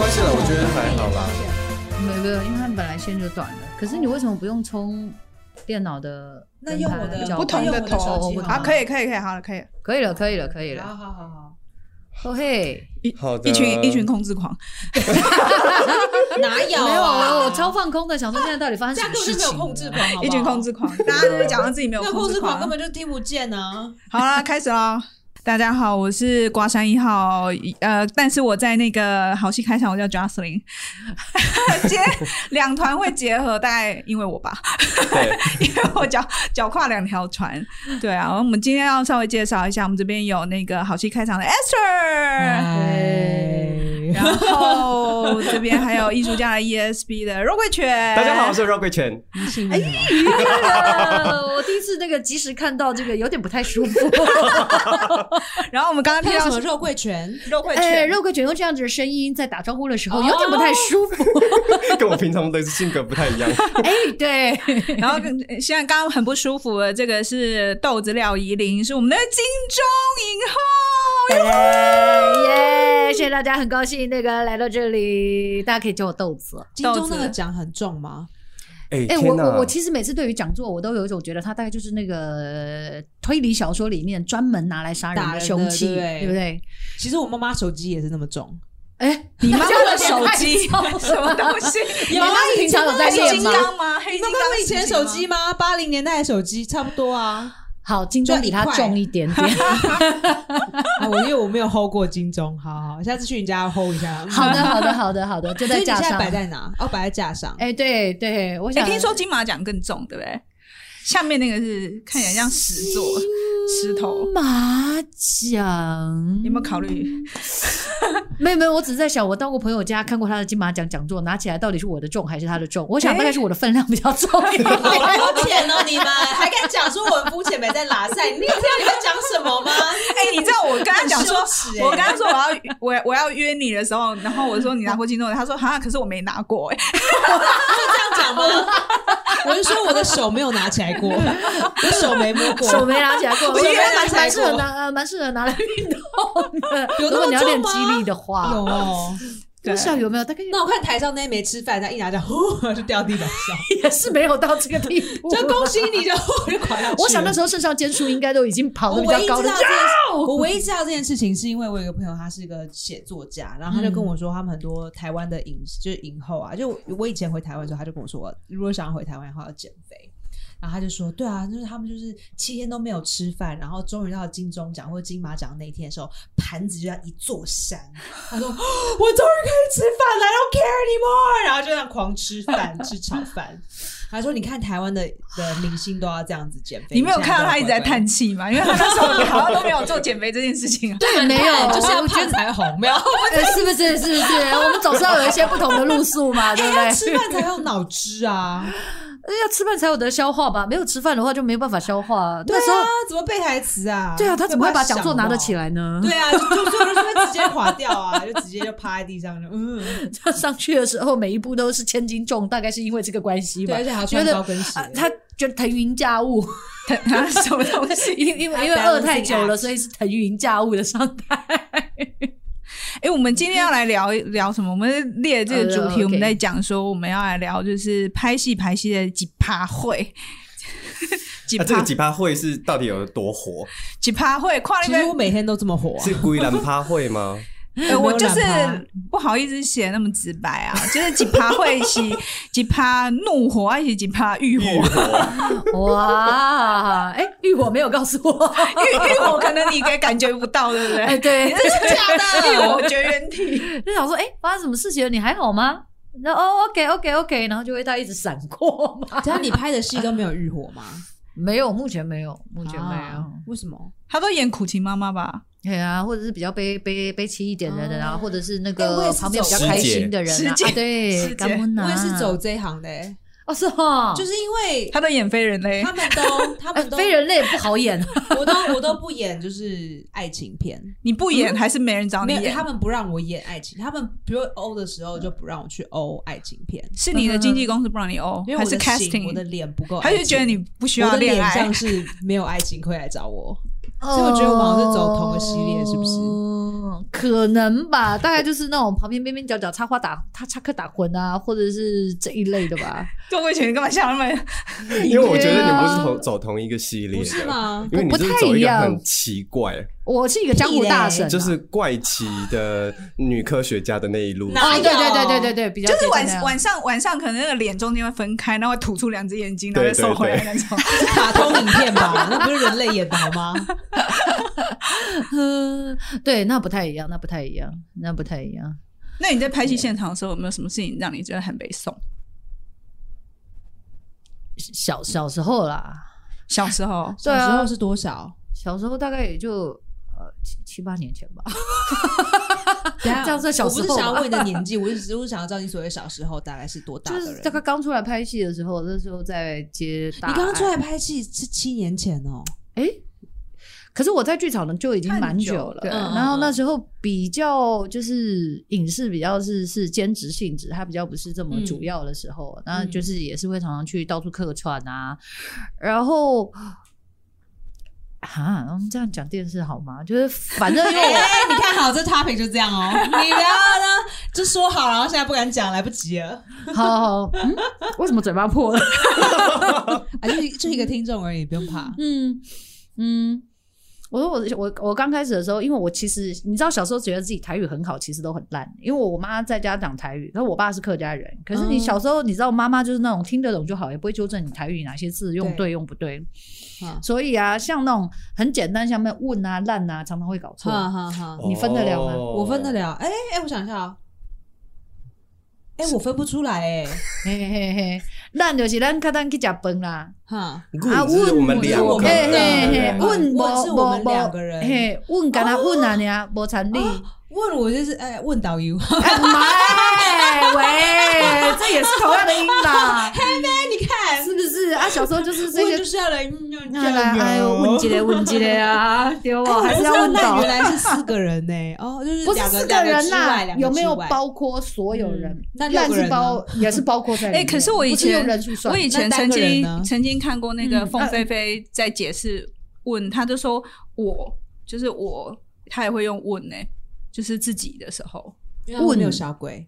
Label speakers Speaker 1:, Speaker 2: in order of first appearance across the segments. Speaker 1: 是还好啦。
Speaker 2: 没有没有，因为它本来线就短了。可是你为什么不用充电脑的
Speaker 3: 那
Speaker 2: 跟
Speaker 3: 用
Speaker 2: 它
Speaker 3: 我的
Speaker 2: 交
Speaker 3: 哦
Speaker 4: 不同
Speaker 2: 换
Speaker 3: 用
Speaker 4: 的
Speaker 3: 我的手
Speaker 4: 头
Speaker 2: 机好
Speaker 4: 啊，
Speaker 2: 了
Speaker 4: 可以可以可以，好了可
Speaker 1: 呃
Speaker 4: 以了，
Speaker 2: 可以了，可以了，可以
Speaker 3: 好
Speaker 2: 了。
Speaker 3: 好好好，
Speaker 2: 哦嘿，
Speaker 1: 好的，
Speaker 4: 一群一群控制狂，
Speaker 3: 哪有
Speaker 2: 没有
Speaker 3: 啊？
Speaker 2: 我我超放空的，想说现在到底发
Speaker 3: 这
Speaker 2: 生什
Speaker 3: 样
Speaker 2: 么
Speaker 3: 根本
Speaker 2: 事
Speaker 3: 就没有
Speaker 2: 情？啊
Speaker 3: 控制狂，好不好
Speaker 4: 一群控，制狂，大家都会假装自己没有
Speaker 3: 那
Speaker 4: 控
Speaker 3: 控
Speaker 4: 制
Speaker 3: 制
Speaker 4: 狂
Speaker 3: 狂根。本就听不见啊！
Speaker 4: 好了，开始喽。大家好，我是瓜山一号，呃，但是我在那个好戏开场，我叫 Jocelyn，今天两团会结合，大概因为我吧，
Speaker 1: 对，
Speaker 4: 因为我脚脚跨两条船，对啊，我们今天要稍微介绍一下，我们这边有那个好戏开场的
Speaker 2: 嗯
Speaker 4: Esther，
Speaker 2: 对
Speaker 4: 然后这边还有艺术家的 ESB 的肉桂犬，
Speaker 1: 大家好，我是肉桂犬。
Speaker 2: 哎呀，啊我第一次那个及时看到这个，有点不太舒服。
Speaker 4: 然后我们刚刚
Speaker 3: 他有
Speaker 4: 听到
Speaker 3: 什么肉桂拳？
Speaker 4: 肉桂
Speaker 2: 哎，
Speaker 4: 犬，
Speaker 2: 肉桂卷用这样子的声音在打招呼的时候，
Speaker 3: 哦
Speaker 2: 有点不太舒服。
Speaker 1: 跟我平常的性格不太一样。
Speaker 2: 哎，对，
Speaker 4: 然后跟现在刚刚很不舒服的这个是豆子廖怡玲，是我们的金钟影后。
Speaker 2: 耶，谢谢大家，很高兴那个来到这里，大家可以叫我豆子。
Speaker 3: 金
Speaker 4: 豆
Speaker 3: 钟
Speaker 4: 子
Speaker 3: 那个奖很重吗？
Speaker 1: 哎，
Speaker 2: 哎、
Speaker 1: 天
Speaker 2: 我
Speaker 1: 哪
Speaker 2: 我我其实每次对于讲座，我都有一种觉得它大概就是那个推理小说里面专门拿来杀人
Speaker 3: 打
Speaker 2: 的
Speaker 3: 人
Speaker 2: 凶
Speaker 3: 的
Speaker 2: 器，
Speaker 3: 对
Speaker 2: 对不对？
Speaker 3: 其实我妈妈手机也是那么重，
Speaker 2: 哎、
Speaker 4: 你妈妈的
Speaker 2: 这样
Speaker 4: 手
Speaker 2: 有点
Speaker 4: 机
Speaker 2: 太重
Speaker 4: 什么东西？
Speaker 2: 你妈妈是平常有在
Speaker 4: 黑
Speaker 2: 练
Speaker 4: 金
Speaker 2: 吗？
Speaker 4: 刚吗？黑
Speaker 3: 你
Speaker 4: 金
Speaker 3: 妈
Speaker 4: 刚
Speaker 3: 妈
Speaker 4: 是
Speaker 3: 以前手机吗？八零年代的手机差不多啊。
Speaker 2: 好，金钟比它重一点点。
Speaker 3: 啊，我因为我没有 hold 过金钟，好好，下次去你家 hold 一下。嗯
Speaker 2: 好的，好的，好的，好的，就
Speaker 3: 所以
Speaker 2: 在
Speaker 3: 你
Speaker 2: 架
Speaker 3: 现在
Speaker 2: 上。
Speaker 3: 摆在哪？哦，摆在架上。
Speaker 2: 哎、对对，我
Speaker 4: 哎、
Speaker 2: 想、
Speaker 4: 听说金马奖更重，对不对？下面那个是看起来像石做石头，
Speaker 2: 马奖
Speaker 4: 你有没有考 虑？
Speaker 2: 没有没有，我只是在想，我到过朋友家看过他的金马奖讲座，拿起来到底是我的重还是他的重？我想大概是我的分量比较重一点。
Speaker 3: 好肤浅哦，你们还敢讲说我们肤浅没在拉塞？你有听到你们讲什么吗？
Speaker 4: 哎、你知道我跟他讲说
Speaker 3: 很羞耻，欸
Speaker 4: 我跟他说我要我我要约你的时候，然后我说你拿过金钟，他说哈，可是我没拿过、哎，
Speaker 3: 这样讲吗？ 我是说我的手没有拿起来 过，我手没摸过，
Speaker 2: 手没拿起来过，
Speaker 3: 我觉得
Speaker 2: 蛮蛮
Speaker 3: 蛮
Speaker 2: 适
Speaker 3: 适
Speaker 2: 合
Speaker 3: 合
Speaker 2: 拿呃蛮适合拿来运动 的。
Speaker 3: 有那么
Speaker 2: 如果你要练
Speaker 3: 重
Speaker 2: 肌
Speaker 3: 吗
Speaker 2: 力的话
Speaker 3: 有，哦。
Speaker 2: 不知道有没有？大概
Speaker 3: 那我看台上那些没吃饭，他一拿奖呼就掉地板上，
Speaker 2: 也是没有到这个地步。
Speaker 3: 就恭喜你就呼就垮下去。
Speaker 2: 我想那时
Speaker 3: 候。
Speaker 2: 候肾上腺素应该都已经跑
Speaker 3: 我
Speaker 2: 得比
Speaker 3: 唯一
Speaker 2: 较
Speaker 3: 知道
Speaker 2: 高
Speaker 3: 这
Speaker 2: 的。
Speaker 3: 件，我唯一知道这件事情，是因为我有一个朋友，他是一个写作家，然后他就跟
Speaker 4: 嗯
Speaker 3: 我说，他们很多台湾的影就是影后啊，就我以前回台湾的时候，他就跟我说，如果想要回台湾的话要减肥，然后他就说，对啊，就是他们就是七天都没有吃饭，然后终于到金钟奖或者金马奖那一天的时候，盘子就像一座山。他 说，我终于可以吃饭了，I don't care anymore，然后就这样狂吃饭，吃炒饭。他说，你看台湾的的明星都要这样子减肥，
Speaker 4: 你没有看到他一直在
Speaker 3: 探。
Speaker 4: 叹气吗？ 因为他那时候好像都没有做减肥这件事情啊。
Speaker 2: 对，没有，
Speaker 3: 就是要
Speaker 2: 我觉
Speaker 3: 胖
Speaker 2: 得
Speaker 3: 才红，没有
Speaker 2: 呃是不是是不是？我们总是要有一些不同的路数 嘛，对不对？
Speaker 3: 哎吃饭才有脑汁 啊！
Speaker 2: 要哎吃饭才有得消化吧，没有吃饭的话就没办法消化。
Speaker 3: 对
Speaker 2: 那时
Speaker 3: 啊
Speaker 2: 候，，
Speaker 3: 怎么背台词啊？
Speaker 2: 对啊，他怎么会把讲座拿得
Speaker 3: 得
Speaker 2: 起？来呢？
Speaker 3: 对啊，就就所以我就会直接垮掉啊， 就直接就趴在地上就嗯，
Speaker 2: 他上去的时候每一步都是千斤重，大概是因为这个关系吧。
Speaker 3: 对，而且还要
Speaker 2: 觉
Speaker 3: 穿
Speaker 2: 得
Speaker 3: 高跟鞋
Speaker 2: 啊，，他觉得腾云驾雾，
Speaker 4: 什么东西？
Speaker 2: 因因为因为饿太久了，所以是腾云驾雾的上台。
Speaker 4: 哎、我们今天要来聊聊什么？我们列这个主
Speaker 2: 呃，OK
Speaker 4: 题，我们在讲说我们要来聊就是拍戏排戏的几趴会， 几
Speaker 1: 那啊这
Speaker 4: 趴
Speaker 1: 个几趴会是到底有多火？
Speaker 4: 几趴会跨
Speaker 3: 其
Speaker 4: 了
Speaker 3: 实
Speaker 4: 一
Speaker 3: 我每天都这么火啊，
Speaker 1: 是龟兰趴会吗？
Speaker 4: 杯，呃我就是
Speaker 3: 没有懒趴
Speaker 4: 不好意思写那么直白啊， 就是几趴会是 几趴怒火，还是几趴欲火？
Speaker 1: 欲
Speaker 4: 欲
Speaker 1: 火，
Speaker 2: 哇，哎、玉火没有告诉我，
Speaker 4: 欲火可能你给感觉不到，对不
Speaker 2: 哎、对，
Speaker 4: 对？的， 欲火绝缘体。
Speaker 2: 就想说，哎、发生什么事情了？你还好吗？然后哦，OK OK OK，然后就会他一直闪过嘛。
Speaker 3: 只要你拍的戏都没有日火吗？
Speaker 2: 没有，目前没有，目前没有。
Speaker 3: 啊为什么？
Speaker 4: 他都演苦情妈妈吧？
Speaker 2: 对啊，或者是比较悲悲悲戚一点的人啊，
Speaker 3: 哦
Speaker 2: 或者是那
Speaker 3: 哎我也
Speaker 2: 个
Speaker 3: 是
Speaker 2: 旁边比较
Speaker 1: 走
Speaker 2: 开心的人
Speaker 4: 师
Speaker 2: 啊，
Speaker 4: 姐
Speaker 2: 啊
Speaker 4: 师
Speaker 2: 对，
Speaker 4: 姐
Speaker 2: 干温
Speaker 3: 我
Speaker 2: 啊，
Speaker 3: 也是走这一行的欸，
Speaker 2: 哦，是哈，
Speaker 3: 就是是因为
Speaker 4: 他都演非人类
Speaker 3: 他，们都 他
Speaker 2: 哎
Speaker 3: 们都
Speaker 2: 非，人类不好演，
Speaker 3: 我都我都不演就是爱情片，
Speaker 4: 你不演还是没人
Speaker 2: 哦
Speaker 4: 找
Speaker 3: 嗯没
Speaker 4: 你
Speaker 3: 有
Speaker 4: 演
Speaker 3: 他？们不让我演爱情，他们比如欧的时候就不让我去欧爱情片，
Speaker 4: 是你的经纪公司不让你哦
Speaker 3: 嗯因，为
Speaker 4: 还
Speaker 3: 我
Speaker 4: 是
Speaker 3: 的型，我的
Speaker 4: casting？
Speaker 3: 脸不够爱
Speaker 4: 他
Speaker 3: 情，
Speaker 4: 就觉得你不需
Speaker 3: 我
Speaker 4: 要
Speaker 3: 的
Speaker 4: 恋
Speaker 3: 脸
Speaker 4: 爱
Speaker 3: 上。是没有爱情会来找我，
Speaker 2: 所
Speaker 3: 以我觉得我们好像是走同个系列是不是
Speaker 2: 是？哦可能吧，大概就是那种旁边边边角角插花打他插科打诨啊，或者是这一类的吧。
Speaker 4: 做过前干嘛想那么？
Speaker 1: 因为我觉得你们不是同走同一个系列
Speaker 3: 不
Speaker 1: 的，
Speaker 3: 是吗？
Speaker 1: 因为你
Speaker 2: 不
Speaker 1: 是
Speaker 2: 太
Speaker 1: 走
Speaker 2: 一
Speaker 1: 一个
Speaker 2: 样
Speaker 1: 很奇怪，
Speaker 2: 我是一个江湖大神啊、
Speaker 1: 就是怪奇的女科学家的那一路。
Speaker 3: 哪
Speaker 2: 哦，
Speaker 3: 有
Speaker 2: 对对对对对对，比较
Speaker 4: 就是
Speaker 2: 接近
Speaker 3: 啊
Speaker 4: 晚
Speaker 2: 那样
Speaker 4: 晚上晚上可能那个脸中间会分开，然后会吐出两只眼睛，然后
Speaker 1: 对
Speaker 4: 再收回来那种。
Speaker 3: 是卡通影片吧？那不是人类演的好吗？
Speaker 2: 嗯，对，那不太一样，那不太一样，那不太一样。
Speaker 4: 那你在拍戏现场的时候，有没有什么事情让你觉得很悲痛？
Speaker 2: 小小时候啦，
Speaker 4: 小时 候，
Speaker 2: 对啊
Speaker 3: 小时候是多少？
Speaker 2: 小时候大概也就呃七七八年前吧。
Speaker 3: 这
Speaker 2: 这样算小时
Speaker 3: 我
Speaker 2: 候
Speaker 3: 不是
Speaker 2: 吧
Speaker 3: 想要问你的年纪，我是只我是想要知道你所谓小时候大概是多大
Speaker 2: 就
Speaker 3: 的
Speaker 2: 是
Speaker 3: 人。
Speaker 2: 大概刚出来拍戏的时候，那时候在接大
Speaker 3: 你
Speaker 2: 爱。
Speaker 3: 刚刚出来拍戏是七年前哦，
Speaker 2: 哎、可是我在剧场呢就已经蛮
Speaker 4: 看久
Speaker 2: 了，
Speaker 4: 对
Speaker 3: 嗯
Speaker 2: 然后那时候比较就是影视比较是是兼职性质，它比较不是这么主要的时候，那就是也是会常常去到处客串 啊，然后。啊，我们这样讲电视好吗？就是反正因 为我
Speaker 3: 哎你看好这 topic 就这样哦，你然后呢就说好，然后现在不敢讲，来不及了，
Speaker 2: 好好，嗯，为什么嘴巴破了？
Speaker 3: 啊，就是就一个听众而已，不用 怕。
Speaker 2: 嗯嗯，我说我我我刚开始的时候，因为我其实你知道小时候觉得自己台语很好，其实都很烂，因为我妈在家讲台语，可是我爸是客家人，可是你
Speaker 3: 嗯
Speaker 2: 小时候你知道妈妈就是那种听得懂就好，也不会纠正你台语哪些字用
Speaker 3: 对
Speaker 2: 对用不对，
Speaker 3: 哈
Speaker 2: 所以啊，像那种很简单像那种问啊烂啊，常常会搞错。
Speaker 3: 哈哈哈，
Speaker 2: 你分得了吗
Speaker 1: 哦
Speaker 3: 我分得。了。哎哎，我想一下哦，哎，我分不出来 哎，
Speaker 2: 嘿嘿嘿嘿，烂就是咱较咱去食饭啦，
Speaker 3: 哈，
Speaker 2: 啊哎
Speaker 1: 问是我们两
Speaker 3: 问
Speaker 1: 个
Speaker 3: 我们
Speaker 2: 嘿
Speaker 1: 人，啊
Speaker 3: 两
Speaker 2: 嘿嘿，
Speaker 3: 个人
Speaker 2: 问无
Speaker 3: 问是我
Speaker 2: 无
Speaker 3: 们两个人哦
Speaker 2: 无，嘿，问干那问啊尔，无成立。
Speaker 3: 问我就是哎，问导游，
Speaker 2: 哎妈哎
Speaker 3: 哎
Speaker 2: 喂， 这也是同样的音吧？
Speaker 3: 你看
Speaker 2: 是不是啊？小时候就是这
Speaker 3: 问
Speaker 2: 些
Speaker 3: 就，是要来，哦嗯要
Speaker 2: 哎来，哎呦，问几嘞，问几嘞啊？丢
Speaker 3: 哎
Speaker 2: 我
Speaker 3: 我
Speaker 2: 还是要问
Speaker 3: 不知道
Speaker 2: 到
Speaker 3: 那，原 来是四个人呢，哦，就是
Speaker 2: 不是
Speaker 3: 两
Speaker 2: 四
Speaker 3: 两个
Speaker 2: 人
Speaker 3: 之
Speaker 2: 呐
Speaker 3: 外，两个
Speaker 2: 有没有
Speaker 3: 之外
Speaker 2: 包括所有人
Speaker 3: 嗯？那六
Speaker 2: 烂
Speaker 3: 个
Speaker 2: 是
Speaker 3: 人呢
Speaker 2: 包也是包括在里面。
Speaker 4: 哎可是我以
Speaker 2: 不用
Speaker 4: 前
Speaker 2: 人数算，
Speaker 4: 我以前
Speaker 3: 那单
Speaker 4: 曾
Speaker 3: 个人
Speaker 4: 经
Speaker 3: 呢
Speaker 4: 曾经看过那个
Speaker 2: 嗯
Speaker 4: 凤飞飞在解释问，他就说我就是我，他也会用问呢、就是自己的时候。
Speaker 3: 因为我没有
Speaker 2: 问
Speaker 3: 小鬼，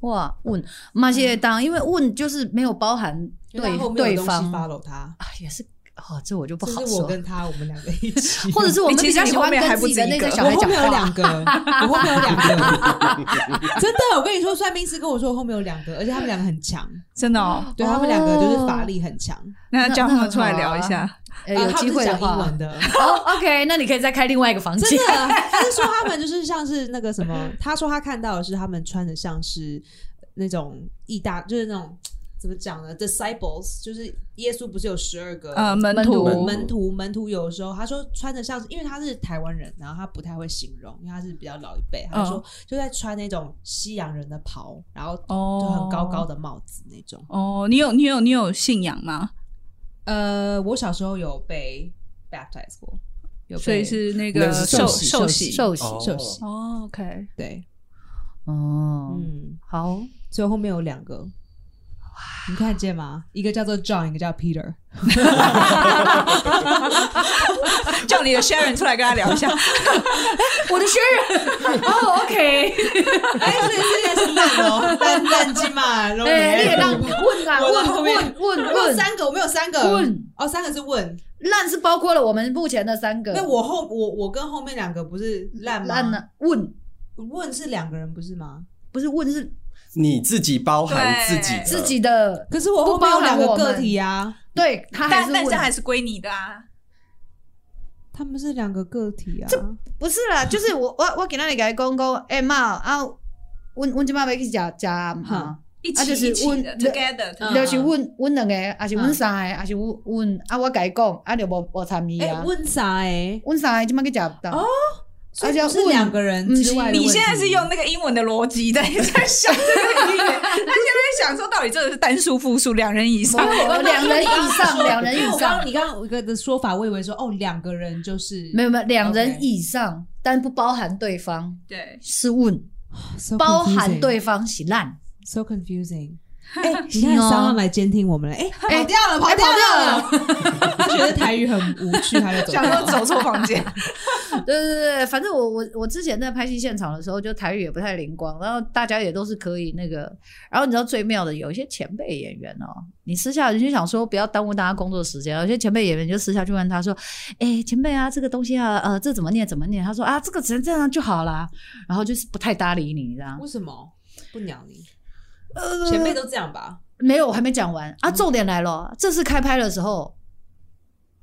Speaker 2: 哇问马些当，因为问就是没有包含
Speaker 3: 嗯因为
Speaker 2: 对
Speaker 3: 他后面
Speaker 2: 对
Speaker 3: 有东西
Speaker 2: 方
Speaker 3: follow 他，
Speaker 2: 啊，也是哦，这我就不
Speaker 3: 就
Speaker 2: 好
Speaker 3: 是我
Speaker 2: 说。
Speaker 3: 跟他我们两个一起，
Speaker 2: 或者是我们
Speaker 4: 你其
Speaker 2: 比
Speaker 4: 实
Speaker 2: 较
Speaker 4: 你
Speaker 2: 喜
Speaker 4: 后
Speaker 2: 欢
Speaker 4: 面还
Speaker 2: 跟
Speaker 4: 不
Speaker 2: 自己的
Speaker 4: 止一
Speaker 2: 那个
Speaker 4: 个
Speaker 2: 小
Speaker 3: 我
Speaker 2: 孩
Speaker 3: 后
Speaker 2: 讲
Speaker 3: 面有
Speaker 2: 话
Speaker 3: 两。个，我后面有两 个，真的，我跟你说，算命师跟我说我后面有两个，而且他们两个很强，
Speaker 4: 真的哦，
Speaker 3: 对他们两个就是法力很强，
Speaker 4: 那叫
Speaker 2: 那
Speaker 4: 他
Speaker 2: 很
Speaker 4: 们出来
Speaker 2: 好
Speaker 4: 聊一
Speaker 2: 啊
Speaker 4: 下。
Speaker 2: 呃，
Speaker 3: 呃
Speaker 2: 有
Speaker 3: 他
Speaker 2: 机
Speaker 3: 们
Speaker 2: 会
Speaker 3: 是
Speaker 2: 的
Speaker 3: 讲英
Speaker 2: 话，
Speaker 3: 文 的。
Speaker 2: 哦，OK，那你可以再开另外一个房
Speaker 3: 真
Speaker 2: 间
Speaker 3: 的，。他是说他们就是像是那个什么，他说他看到的是他们穿的像是那种意大，就是那种怎么讲呢？disciples，就是耶稣不是有十二个
Speaker 4: 呃，门
Speaker 2: 门
Speaker 4: 徒
Speaker 2: 徒
Speaker 3: 门徒门徒有时候他说穿的像是，因为他是台湾人，然后他不太会形容，因为他是比较老一辈，
Speaker 2: 嗯
Speaker 3: 他就说就在穿那种西洋人的袍，然后
Speaker 4: 哦
Speaker 3: 就很高高的帽子那种。
Speaker 4: 哦，你有你有你有信仰吗？
Speaker 3: 呃，我小时候有被 baptized 过，有被
Speaker 4: 所以是
Speaker 1: 那
Speaker 4: 那个
Speaker 1: 个是受
Speaker 4: 受
Speaker 1: 洗
Speaker 4: 受
Speaker 3: 洗
Speaker 4: 洗
Speaker 2: 受洗。
Speaker 1: 哦
Speaker 3: 受洗
Speaker 4: 哦，OK，
Speaker 3: 对，
Speaker 2: 哦，
Speaker 3: 嗯，
Speaker 2: 好，
Speaker 3: 所以后面有两个。你看见吗？一个叫做 John，一个叫 Peter。
Speaker 4: 叫你的 Sharon 出来跟他聊一下。
Speaker 2: 我的学 人。哦，OK，
Speaker 3: 哎，所以这个是烂哦，烂烂鸡嘛，然后
Speaker 2: 哎，那个让问啊，
Speaker 3: 我的
Speaker 2: 问
Speaker 3: 后面
Speaker 2: 问问
Speaker 3: 我有
Speaker 2: 问，
Speaker 3: 三个，我没有三个。
Speaker 2: 问
Speaker 3: 哦，三个是问，
Speaker 2: 烂是包括了我们目前的三个。
Speaker 3: 那我后我我跟后面两个不是烂吗？
Speaker 2: 烂呢？问
Speaker 3: 问是两个人不是吗？
Speaker 2: 不是问是
Speaker 1: 你自己包含自己的
Speaker 2: 自己的，
Speaker 3: 可是我后面有两个个体啊，
Speaker 2: 对 他还
Speaker 4: 但
Speaker 2: 是
Speaker 4: 但
Speaker 2: 问
Speaker 4: 这，还是归你的啊。
Speaker 3: 他们是两个个体啊。
Speaker 2: 不是啦，就是我我我给那里给公公，哎妈啊，问问今妈要去吃吃嘛
Speaker 3: 哈。
Speaker 4: 一
Speaker 2: 啊
Speaker 4: 起
Speaker 2: 就是
Speaker 4: 一起的
Speaker 2: 问
Speaker 4: ，together，
Speaker 3: 嗯
Speaker 2: 就是阮阮两个，也是阮三个，也是阮阮啊，我甲伊讲，啊，就无无参与
Speaker 3: 哎、
Speaker 2: 啊。
Speaker 3: 问啥哎、
Speaker 2: 阮三个即摆去食饭，
Speaker 3: 哦所
Speaker 2: 而且
Speaker 3: 以不是
Speaker 2: 问
Speaker 3: 两个人之外的问题
Speaker 4: 你现在是用那个英文的逻辑在在想这个问题，他现在在想说到底这个是单数、复数、两人以上
Speaker 2: 没。有两人以上，两人
Speaker 3: 因为
Speaker 2: 以
Speaker 3: 我刚
Speaker 2: 上
Speaker 3: 刚，你刚刚有一个的说法，我以为说哦，两个人就是
Speaker 2: 没有没有，两
Speaker 3: OK
Speaker 2: 人以上，但不包含对方
Speaker 4: 对，
Speaker 2: 是问，
Speaker 3: So
Speaker 2: 包含
Speaker 3: confusing，
Speaker 2: 对方是烂。
Speaker 3: ，so confusing。哎、你看
Speaker 2: 行哦
Speaker 3: 三万来监听我们了，哎、跑掉了，跑
Speaker 2: 哎
Speaker 3: 掉
Speaker 2: 跑
Speaker 3: 了，他 觉得台语很无趣，他就走
Speaker 4: 想
Speaker 3: 掉
Speaker 4: 说
Speaker 3: 了。
Speaker 4: 走错房间，
Speaker 2: 对对对，反正我我我之前在拍戏现场的时候，就台语也不太灵光，然后大家也都是可以那个，然后你知道最妙的，有一些前辈演员哦，你私下你就想说不要耽误大家工作时间，有些前辈演员就私下去问他说，哎，前辈啊，这个东西啊，呃，这怎么念怎么念？他说啊，这个只能这样就好啦，然后就是不太搭理你，你知道吗
Speaker 3: 为？什么不鸟你？前辈都这样吧？
Speaker 2: 没有，我还没讲完
Speaker 3: 嗯
Speaker 2: 啊。重点来了，这次开拍的时候，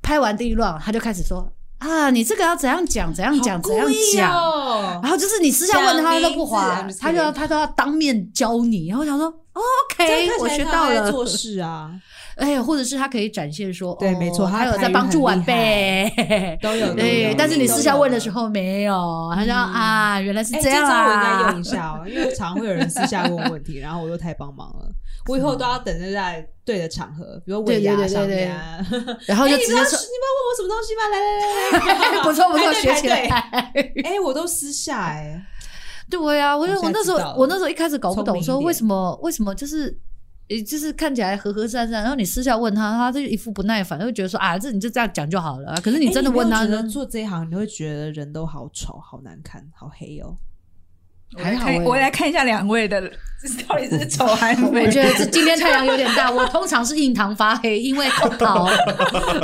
Speaker 2: 拍完第一 round，他就开始说啊，你这个要怎样讲，怎样
Speaker 3: 好
Speaker 2: 讲，怎样
Speaker 3: 故意
Speaker 2: 讲。
Speaker 3: 哦
Speaker 2: 然后就是你私下问他，
Speaker 3: 讲
Speaker 2: 他都不
Speaker 3: 名
Speaker 2: 划
Speaker 3: 字，
Speaker 2: 他就要他都要当面教你。然后想说，哦
Speaker 3: 这
Speaker 2: ，OK，
Speaker 3: 哎样看起来
Speaker 2: 我学
Speaker 3: 他
Speaker 2: 到
Speaker 3: 在
Speaker 2: 了。
Speaker 3: 做事啊，
Speaker 2: 哎，或者是他可以展现说，
Speaker 3: 对
Speaker 2: 哦
Speaker 3: 没错他
Speaker 2: 他有
Speaker 3: 台语
Speaker 2: 在帮助晚
Speaker 3: 很
Speaker 2: 辈。
Speaker 3: 都有
Speaker 2: 对，但是你私下问的时
Speaker 3: 候。
Speaker 2: 候没有，他说啊，原来是
Speaker 3: 哎，
Speaker 2: 这样
Speaker 3: 招我应该
Speaker 2: 啊
Speaker 3: 用一。下哦，因为常会有人私下问我问题，然后我又太帮忙了，我以后都要等着在对的场合，比如
Speaker 2: 对
Speaker 3: 尾
Speaker 2: 对
Speaker 3: 牙
Speaker 2: 对对
Speaker 3: 上
Speaker 2: 对
Speaker 3: 面啊，
Speaker 2: 然后
Speaker 3: 哎
Speaker 2: 就
Speaker 3: 你
Speaker 2: 直
Speaker 3: 知
Speaker 2: 接
Speaker 3: 道
Speaker 2: 说，哎
Speaker 3: 是你们要问我什么东西吗？来 来来来来，
Speaker 2: 不错不错，
Speaker 3: 哎排队
Speaker 2: 学起。
Speaker 3: 排
Speaker 2: 来。
Speaker 3: 队哎，我都私下哎，
Speaker 2: 对呀、我就
Speaker 3: 我
Speaker 2: 我
Speaker 3: 现在
Speaker 2: 那时候
Speaker 3: 知道了
Speaker 2: 我那时候一开始搞不
Speaker 3: 聪
Speaker 2: 懂，
Speaker 3: 明一
Speaker 2: 说
Speaker 3: 点
Speaker 2: 为什么为什么就是。也就是看起来和和善善，然后你私下问他，他就一副不耐烦，就觉得说啊，这你就这样讲就好了啊。可是你
Speaker 3: 哎
Speaker 2: 真的
Speaker 3: 没有
Speaker 2: 问他
Speaker 3: 觉得
Speaker 2: 呢，
Speaker 3: 做这一行，你会觉得人都好丑、好难看、好黑哦。
Speaker 2: 还好、
Speaker 4: 我来
Speaker 2: 欸。
Speaker 4: 看我来看一下两位的到底是丑还是美
Speaker 2: 我。觉得这今天太阳有点大， 我通常是印堂发黑，因为空 桃。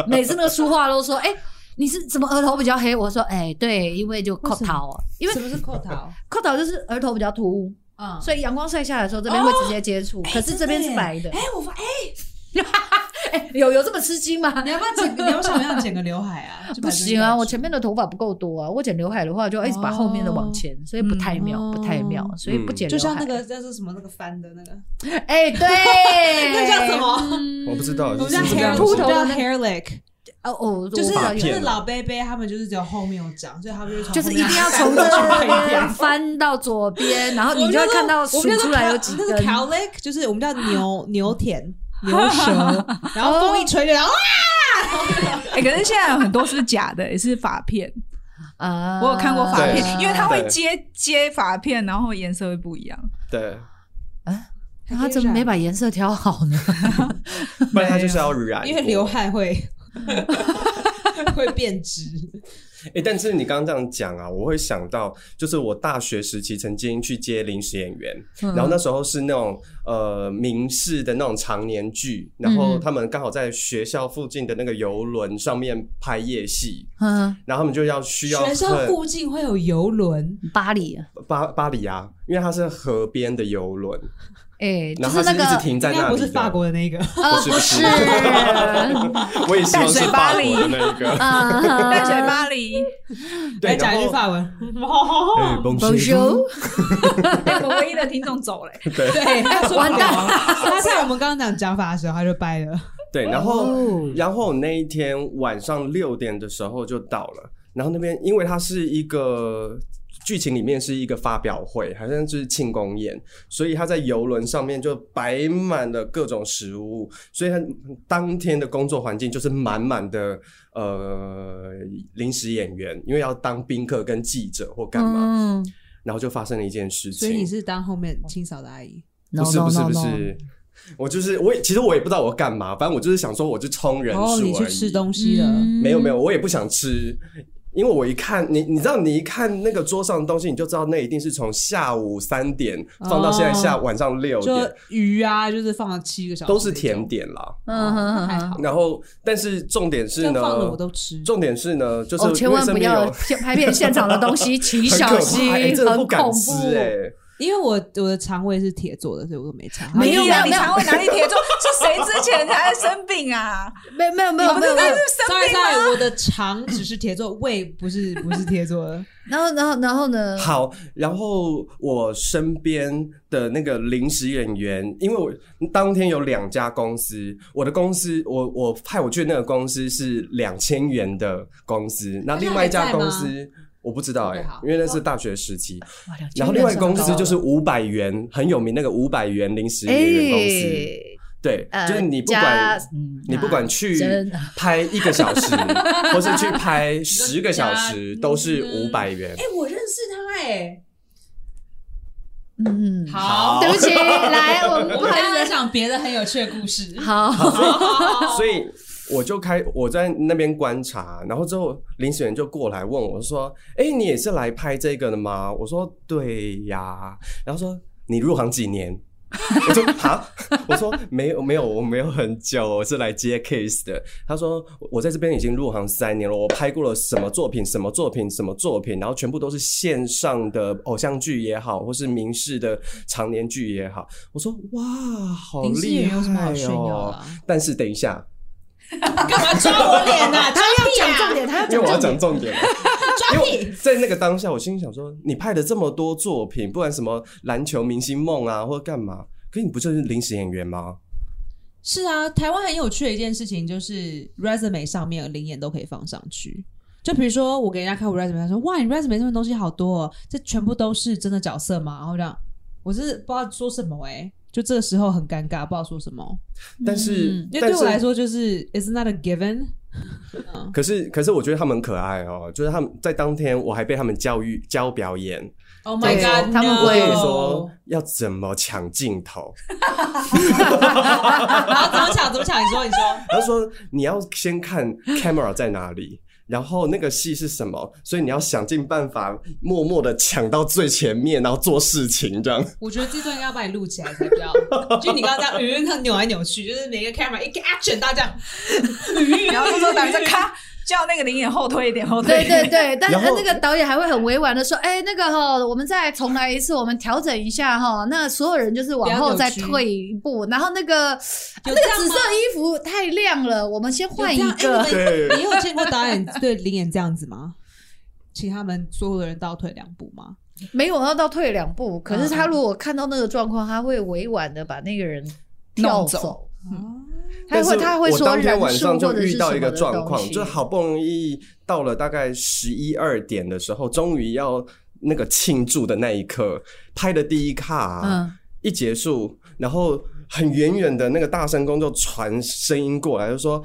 Speaker 2: 每次那个书画都说，哎、你是怎么额头比较黑？我说，哎、对，因为就扣桃，因为
Speaker 3: 什么是扣桃？
Speaker 2: 扣桃就是额头比较突兀，
Speaker 3: 嗯，
Speaker 2: 所以阳光晒下来的时候，这边会直接接触，可是这边是白的。
Speaker 3: 哎，我发哎，
Speaker 2: 有有这么吃惊吗？
Speaker 3: 你要不要剪？你要想不想剪个刘海啊？就把
Speaker 2: 不
Speaker 3: 这个
Speaker 2: 行啊，
Speaker 3: 盖
Speaker 2: 我
Speaker 3: 住
Speaker 2: 前面的头发不够多啊，我剪刘海的话就要一直把后面的往前，所以不太妙，
Speaker 3: 嗯
Speaker 2: 不太妙，所以不剪
Speaker 3: 就
Speaker 2: 刘海。
Speaker 3: 像那个叫做什么那个翻的那个，
Speaker 2: 哎、 对，
Speaker 3: 那叫什么？
Speaker 1: 我不知道，
Speaker 3: 我们
Speaker 1: 是
Speaker 3: 叫
Speaker 1: 不
Speaker 3: hair，
Speaker 1: 是这样子
Speaker 2: 秃头
Speaker 3: 我们
Speaker 2: 的
Speaker 3: 叫 hair lick，
Speaker 2: 哦哦，
Speaker 3: 就是
Speaker 2: 我不知道
Speaker 1: 发
Speaker 2: 有
Speaker 1: 片
Speaker 3: 就是老贝贝他们就是只有后面有讲，所以他们就从
Speaker 2: 就是一定要从
Speaker 3: 后面
Speaker 2: 这 边
Speaker 3: 讲
Speaker 2: 翻到左边，然后 你就会看到数出来有几
Speaker 3: 我
Speaker 2: 根
Speaker 3: 们叫做我们叫做 cow- 那是 cow lick，就是我们叫 牛牛田。牛舌，然后风一吹
Speaker 2: 哦
Speaker 3: 就，然后
Speaker 4: 哎，可是现在有很多是假的，也是发片。
Speaker 2: 啊
Speaker 4: 我有看过发片，
Speaker 2: 嗯
Speaker 1: 对
Speaker 4: 因为它会
Speaker 1: 对
Speaker 4: 接接发片，然后颜色会不一样。
Speaker 1: 对，
Speaker 2: 啊他怎么没把颜色调好呢？
Speaker 1: 不然他就是要染
Speaker 3: 啊
Speaker 1: 过，
Speaker 3: 因为刘海会 会变直，
Speaker 1: 哎、但是你刚刚这样讲啊，我会想到，就是我大学时期曾经去接临时演员，
Speaker 3: 嗯
Speaker 1: 然后那时候是那种呃民视的那种常年剧，然
Speaker 3: 嗯
Speaker 1: 后他们刚好在学校附近的那个游轮上面拍夜戏，
Speaker 2: 嗯，
Speaker 1: 然后他们就要需要
Speaker 3: 学校
Speaker 1: 很
Speaker 3: 附近会有游轮，
Speaker 2: 巴黎 啊，
Speaker 1: 巴巴黎啊，因为它是河边的游轮，
Speaker 2: 哎，就
Speaker 1: 然后
Speaker 2: 是
Speaker 1: 它
Speaker 2: 那
Speaker 1: 是一直
Speaker 2: 个
Speaker 1: 停
Speaker 3: 应
Speaker 1: 在那
Speaker 3: 该
Speaker 1: 里
Speaker 3: 不
Speaker 1: 的。
Speaker 3: 是法国的哦那个，
Speaker 2: 呃，
Speaker 1: 不
Speaker 2: 不
Speaker 1: 是
Speaker 2: 是。 嗯
Speaker 1: 我也希望是法国的
Speaker 4: 淡
Speaker 1: 那 个。
Speaker 2: 啊
Speaker 4: 淡水巴黎，
Speaker 1: 对，
Speaker 3: 来讲一句
Speaker 1: 然后
Speaker 3: 法文，
Speaker 1: 哎，bonjour
Speaker 2: Bonjour，
Speaker 4: 哎我们唯一的听众走了。哎
Speaker 3: 对，他说
Speaker 2: 完蛋
Speaker 3: 不了 他在我们刚刚讲讲法的时候，他就掰了。
Speaker 1: 对，然后、
Speaker 2: 哦
Speaker 1: 然后那一天晚上六点的时候就到了，然后那边因为它是一个剧情里面是一个发表会，好像是庆功宴，所以他在游轮上面就摆满了各种食物，所以他当天的工作环境就是满满的呃临时演员，因为要当宾客跟记者或干嘛，
Speaker 2: 嗯
Speaker 1: 然后就发生了一件事
Speaker 3: 所以你
Speaker 1: 情，
Speaker 3: 是当后面清扫的阿姨，
Speaker 2: ，no
Speaker 1: 不是
Speaker 2: no
Speaker 1: 不是
Speaker 2: no
Speaker 1: 不
Speaker 2: no，
Speaker 1: 是。我就是，我也其实我也不知道我干嘛，反正我就是想说，我去冲人
Speaker 3: 然
Speaker 1: 数
Speaker 3: 后
Speaker 1: 而已。
Speaker 3: 哦你去吃东西了，
Speaker 2: 嗯
Speaker 1: 没有没有，我也不想吃，因为我一看你，你知道你一看那个桌上的东西，你就知道那一定是从下午三点放到现在下、
Speaker 3: 哦
Speaker 1: 晚上六
Speaker 3: 就
Speaker 1: 点，
Speaker 3: 鱼啊，就是放了七个小时，
Speaker 1: 都是甜，点啦。
Speaker 2: 嗯哼
Speaker 3: 还
Speaker 2: 哼哼。
Speaker 3: 好。
Speaker 1: 然后，但是重点是
Speaker 3: 这
Speaker 1: 呢，
Speaker 3: 放了我都吃，
Speaker 1: 重点是呢，就是
Speaker 2: 哦，千万不
Speaker 1: 因为
Speaker 2: 要
Speaker 1: 生病有
Speaker 2: 拍片现场的东西，请
Speaker 1: 很
Speaker 2: 小
Speaker 1: 可
Speaker 2: 心，
Speaker 1: 怕，哎真的不
Speaker 2: 很
Speaker 1: 敢
Speaker 2: 恐
Speaker 1: 吃
Speaker 2: 怖。
Speaker 1: 哎、
Speaker 3: 因为我我的肠胃是铁做的，所以我都没尝。
Speaker 2: 没有
Speaker 4: 你啊
Speaker 2: 没有
Speaker 4: 你常会哪里铁柱？是谁之前才生病啊？
Speaker 2: 没有没有没有没有没有，
Speaker 3: sorry sorry，我的肠只是铁做，胃不是不是铁 做的。
Speaker 2: 然后然后然后呢？
Speaker 1: 好，然后我身边的那个临时演员，因为我当天有两家公司，我的公司，我我派我去的那个公司是两千元的公司，那
Speaker 3: 那
Speaker 1: 另外一家
Speaker 3: 还在
Speaker 1: 公
Speaker 3: 吗
Speaker 1: 司我不知道哎、
Speaker 3: OK，好
Speaker 1: 因为那是大学时期。
Speaker 2: 哇两千
Speaker 1: 然后另外一个
Speaker 2: 元
Speaker 1: 公司
Speaker 2: 算
Speaker 1: 就是
Speaker 2: 高啊了
Speaker 1: 五百元，很有名那个五百元临时
Speaker 2: 哎
Speaker 1: 演员公司，对，
Speaker 2: 呃
Speaker 1: 就是你不
Speaker 2: 加
Speaker 1: 管。
Speaker 2: 嗯
Speaker 1: 你不管去
Speaker 2: 真的
Speaker 1: 拍一个小时，或是去拍十个小时，
Speaker 3: 加
Speaker 1: 都 是
Speaker 3: 嗯
Speaker 1: 五百元。
Speaker 3: 哎，我认识他哎，
Speaker 2: 嗯，
Speaker 1: 好
Speaker 2: 对不起，来，我们
Speaker 3: 我
Speaker 2: 不
Speaker 3: 们
Speaker 2: 好
Speaker 3: 还
Speaker 2: 意
Speaker 3: 在
Speaker 2: 思，
Speaker 3: 讲别的很有趣的故事。
Speaker 2: 好，
Speaker 3: 哦
Speaker 1: 所以我就开我在那边观察，然后之后林始源就过来问我说：“哎、你也是来拍这个的吗？”我说：“对呀。”然后说：“你入行几年？” 我说哈，我说没有没有，我没有很久，我是来接 case 的。他说我在这边已经入行三年了，我拍过了什么作品，什么作品，什么作品，然后全部都是线上的偶像剧也好，或是民视的长年剧也好。我说哇，好
Speaker 3: 林志
Speaker 1: 厉
Speaker 3: 颖
Speaker 1: 害
Speaker 3: 有什么好炫耀的
Speaker 1: 哦
Speaker 3: 啊！
Speaker 1: 但是等一下，
Speaker 3: 干嘛抓我脸呐、抓
Speaker 2: 他
Speaker 3: 屁
Speaker 2: 要
Speaker 3: 啊！
Speaker 2: 讲重点，他要
Speaker 1: 因为
Speaker 2: 讲
Speaker 1: 我要
Speaker 2: 重
Speaker 1: 讲
Speaker 2: 点，
Speaker 1: 重点了。因为在那个当下，我心里想说，你拍了这么多作品，不管什么篮球明星梦啊，或者干嘛，可你不就是临时演员吗？
Speaker 3: 是啊，台湾很有趣的一件事情就是 resume 上面零眼都可以放上去。就比如说，我给人家看我 resume，他说：“哇，你 resume 上面东西好多、哦，这全部都是真的角色吗？”然后这样，我是不知道说什么哎、就这个时候很尴尬，不知道说什么。
Speaker 1: 但是
Speaker 3: 嗯，，因为
Speaker 1: 但
Speaker 3: 对我来
Speaker 1: 是，
Speaker 3: 说就是 is not a given。
Speaker 1: 可是，可是，我觉得他们很可爱哦、就是他们在当天，我还被他们教育教表演，
Speaker 3: Oh
Speaker 2: my god, 他们
Speaker 1: 我
Speaker 2: 会
Speaker 1: 跟你
Speaker 2: no
Speaker 1: 说 要怎么抢镜头。
Speaker 3: 然后怎么抢怎么抢？你说你说，
Speaker 1: 他说你要先看 camera 在哪里，然后那个戏是什么，所以你要想尽办法默默的抢到最前面，然后做事情这样。
Speaker 3: 我觉得这段应该要把你录起来才比较。就你刚刚这样，嗯，他扭来扭去，就是每个 camera 一个 action，大家
Speaker 4: 然后这时候导演在咔叫那个林演后退一点，后退
Speaker 2: 对
Speaker 4: 一点。
Speaker 2: 对对，但是
Speaker 1: 然后
Speaker 2: 那个导演还会很委婉的说：“哎，那个哈，我们再重来一次，我们调整一下哈。”那所有人就是往后再退一步，然后那个那
Speaker 3: 有
Speaker 2: 个
Speaker 3: 这样吗
Speaker 2: 紫色衣服太亮了，我们先换一
Speaker 3: 有这样
Speaker 2: 个
Speaker 3: 哎。
Speaker 1: 对，
Speaker 3: 你有见过导演对林演这样子吗？请他们所有的人倒退两步吗？
Speaker 2: 没有要到退两步，可是他
Speaker 3: 嗯
Speaker 2: 如果看到那个状况，他会委婉的把那个人跳
Speaker 4: 弄走。
Speaker 2: 他
Speaker 1: 但
Speaker 2: 会
Speaker 1: 是
Speaker 2: 他会
Speaker 1: 我
Speaker 2: 说
Speaker 1: 当天
Speaker 2: 人
Speaker 1: 晚
Speaker 2: 数
Speaker 1: 上
Speaker 2: 或
Speaker 1: 就
Speaker 2: 者是
Speaker 1: 遇
Speaker 2: 什
Speaker 1: 到
Speaker 2: 么
Speaker 1: 一个
Speaker 2: 的
Speaker 1: 状
Speaker 2: 东
Speaker 1: 况，
Speaker 2: 西
Speaker 1: 就。好不容易到了大概十一二点的时候，终于要那个庆祝的那一刻，拍的第一卡、
Speaker 2: 嗯，
Speaker 1: 一结束，然后很远远的那个大声公就传声音过来，就说。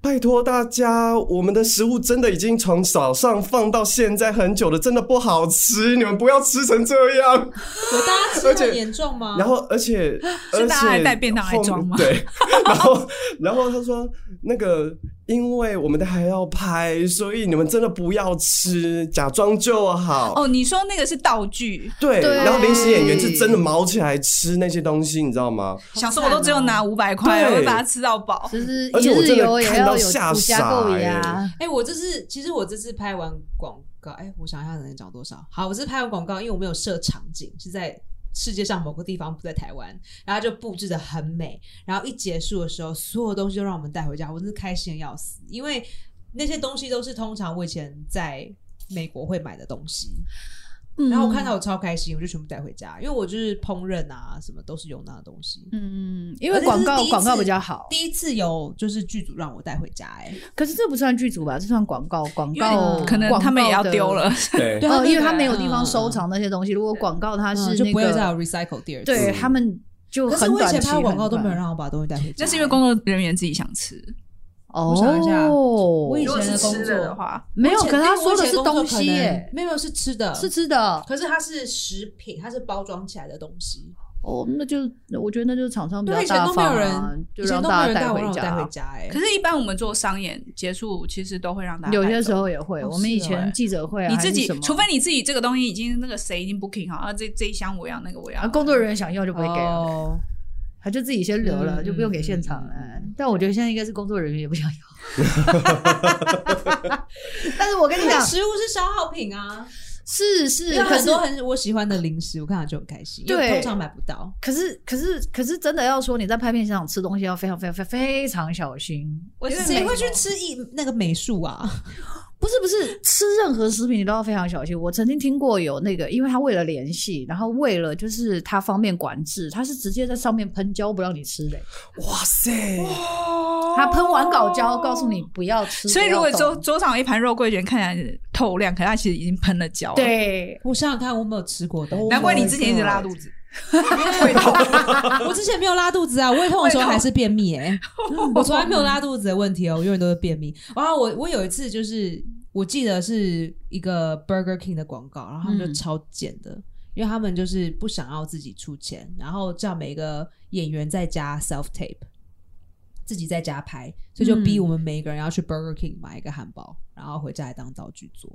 Speaker 1: 拜托大家，我们的食物真的已经从早上放到现在很久了，真的不好吃，你们不要吃成这样。
Speaker 3: 有大家吃
Speaker 1: 而
Speaker 3: 得
Speaker 1: 且
Speaker 3: 很严重
Speaker 2: 嗯
Speaker 3: 吗？
Speaker 1: 然后，而 且，而
Speaker 4: 大家还
Speaker 1: 且
Speaker 4: 带便当来
Speaker 1: 后
Speaker 4: 装吗
Speaker 1: 对， 然后，然后他说那个，因为我们的还要拍，所以你们真的不要吃，假装就好。
Speaker 4: 哦，你说那个是道具，
Speaker 1: 对，
Speaker 2: 对
Speaker 1: 然后临时演员是真的毛起来吃那些东西，你知道 吗？
Speaker 4: 小时候我都只有拿五百块，
Speaker 1: 对
Speaker 4: 我就把它吃到饱。
Speaker 2: 就是
Speaker 1: 而
Speaker 2: 一
Speaker 1: 且我
Speaker 2: 日
Speaker 1: 真的
Speaker 2: 游也
Speaker 1: 看到
Speaker 2: 要有
Speaker 1: 吓
Speaker 2: 附加购
Speaker 1: 傻
Speaker 2: 呀。
Speaker 3: 哎、我这次其实我这次拍完广告，哎、我想一下能讲多少？好，我是拍完广告，因为我没有设场景，是在世界上某个地方，不在台湾，然后就布置的很美，然后一结束的时候，所有东西都让我们带回家，我真是开心的要死，因为那些东西都是通常我以前在美国会买的东西，
Speaker 2: 嗯
Speaker 3: 然后我看到我超开心，我就全部带回家，因为我就是烹饪啊，什么都是用那的东西。
Speaker 2: 嗯，因为广
Speaker 3: 而且这
Speaker 2: 告
Speaker 3: 是第一次
Speaker 2: 广告比较好，
Speaker 3: 第一次有就是剧组让我带回家、哎，
Speaker 2: 可是这不算剧组吧？这算广告，广
Speaker 3: 因
Speaker 2: 告啊
Speaker 3: 为
Speaker 4: 可能他们也要丢。了，
Speaker 1: 对
Speaker 3: 对
Speaker 2: 哦，因为
Speaker 3: 他
Speaker 2: 他
Speaker 3: 们
Speaker 2: 没
Speaker 3: 也
Speaker 2: 有地方收藏那些东西。如果广告它是
Speaker 3: 嗯就
Speaker 2: 那
Speaker 3: 不会再
Speaker 2: 个，
Speaker 3: 有 recycle 第二次。
Speaker 2: 对
Speaker 1: 嗯
Speaker 2: 他们就
Speaker 3: 可是
Speaker 2: 很
Speaker 3: 我以
Speaker 2: 短
Speaker 3: 前
Speaker 2: 期
Speaker 3: 拍
Speaker 2: 很
Speaker 3: 广告都没有
Speaker 2: 短
Speaker 3: 让我把东西带回家，
Speaker 4: 那是因为工作人员自己想吃。
Speaker 2: 哦。
Speaker 3: 想一下我以
Speaker 4: 如
Speaker 3: 前
Speaker 4: 果是
Speaker 3: 的工
Speaker 4: 吃的
Speaker 3: 作
Speaker 4: 的话，
Speaker 2: 没有，
Speaker 3: 我以
Speaker 2: 可
Speaker 3: 前
Speaker 2: 是他
Speaker 3: 因为我以
Speaker 2: 说的
Speaker 3: 前
Speaker 2: 是
Speaker 3: 工作
Speaker 2: 东
Speaker 3: 可
Speaker 2: 西
Speaker 3: 能
Speaker 2: 耶，
Speaker 3: 没有是吃的，
Speaker 2: 是吃的
Speaker 3: 可是它是食品，它是包装起来的东西。
Speaker 2: 哦。那就我觉得那就是厂商比
Speaker 3: 对，
Speaker 2: 较
Speaker 3: 以前
Speaker 2: 大
Speaker 3: 都没有
Speaker 2: 方啊
Speaker 3: 人，，
Speaker 2: 就
Speaker 3: 以前
Speaker 2: 让
Speaker 3: 都没有
Speaker 2: 大
Speaker 3: 人
Speaker 2: 家
Speaker 3: 带
Speaker 2: 带
Speaker 3: 我让我带回
Speaker 2: 家。
Speaker 3: 家、哎，
Speaker 4: 可是，一般我们做商演结束，其实都会让大家
Speaker 2: 有
Speaker 4: 带
Speaker 2: 些
Speaker 4: 走
Speaker 2: 时候也会，
Speaker 3: 哦
Speaker 2: 我们
Speaker 3: 是
Speaker 2: 以
Speaker 3: 哦
Speaker 2: 前
Speaker 3: 哎
Speaker 2: 记者会啊，
Speaker 4: 你自己
Speaker 2: 还是什，么
Speaker 4: 除非你自己这个东西已经那个谁已经 booking 好，啊，这这一箱我要，那个我要
Speaker 2: 啊，，工作人员想要就不会给啊了。
Speaker 3: 哦，
Speaker 2: 他就自己先留了，
Speaker 3: 嗯
Speaker 2: 就不用给现场了。但我觉得现在应该是工作人员也不想要。 但是我跟你
Speaker 3: 那
Speaker 2: 讲，
Speaker 3: 食物是消耗品啊，
Speaker 2: 是是，
Speaker 3: 有
Speaker 2: 可
Speaker 3: 很
Speaker 2: 是
Speaker 3: 多很我喜欢的零食，我看到就很开心，因为
Speaker 2: 对
Speaker 3: 通常买不到。
Speaker 2: 可是可是可是真的要说你在拍片现场吃东西要非常非常非常非常小心。
Speaker 3: 我
Speaker 2: 因为
Speaker 3: 谁
Speaker 2: 美
Speaker 3: 会去吃一那个美术啊？
Speaker 2: 不是不是吃任何食品你都要非常小心。我曾经听过有那个，因为他为了联系，然后为了就是他方便管制，他是直接在上面喷胶不让你吃的、
Speaker 1: 哇塞，
Speaker 3: 哦
Speaker 2: 他喷完稿胶告诉你不要吃。
Speaker 4: 哦所以如
Speaker 2: 不
Speaker 4: 果
Speaker 2: 要
Speaker 4: 桌
Speaker 2: 动
Speaker 4: 桌上有一盘肉桂卷看起来透亮，可它其实已经喷了胶了。，
Speaker 2: 对
Speaker 3: 我想想看，我没有吃过的东西，
Speaker 4: 难怪你之前一直拉肚子。
Speaker 3: 我之前没有拉肚子啊，胃痛的时候还是便秘哎、我从来没有拉肚子的问题哦，我永远都是便秘。然后我我有一次就是我记得是一个 Burger King 的广告，然后他们就
Speaker 2: 嗯
Speaker 3: 超贱的。因为他们就是不想要自己出钱，然后叫每个演员在家 self tape，自己在家拍，所以就逼
Speaker 4: 嗯
Speaker 3: 我们每一个人要去 Burger King 买一个汉堡，然后回家来当道具做。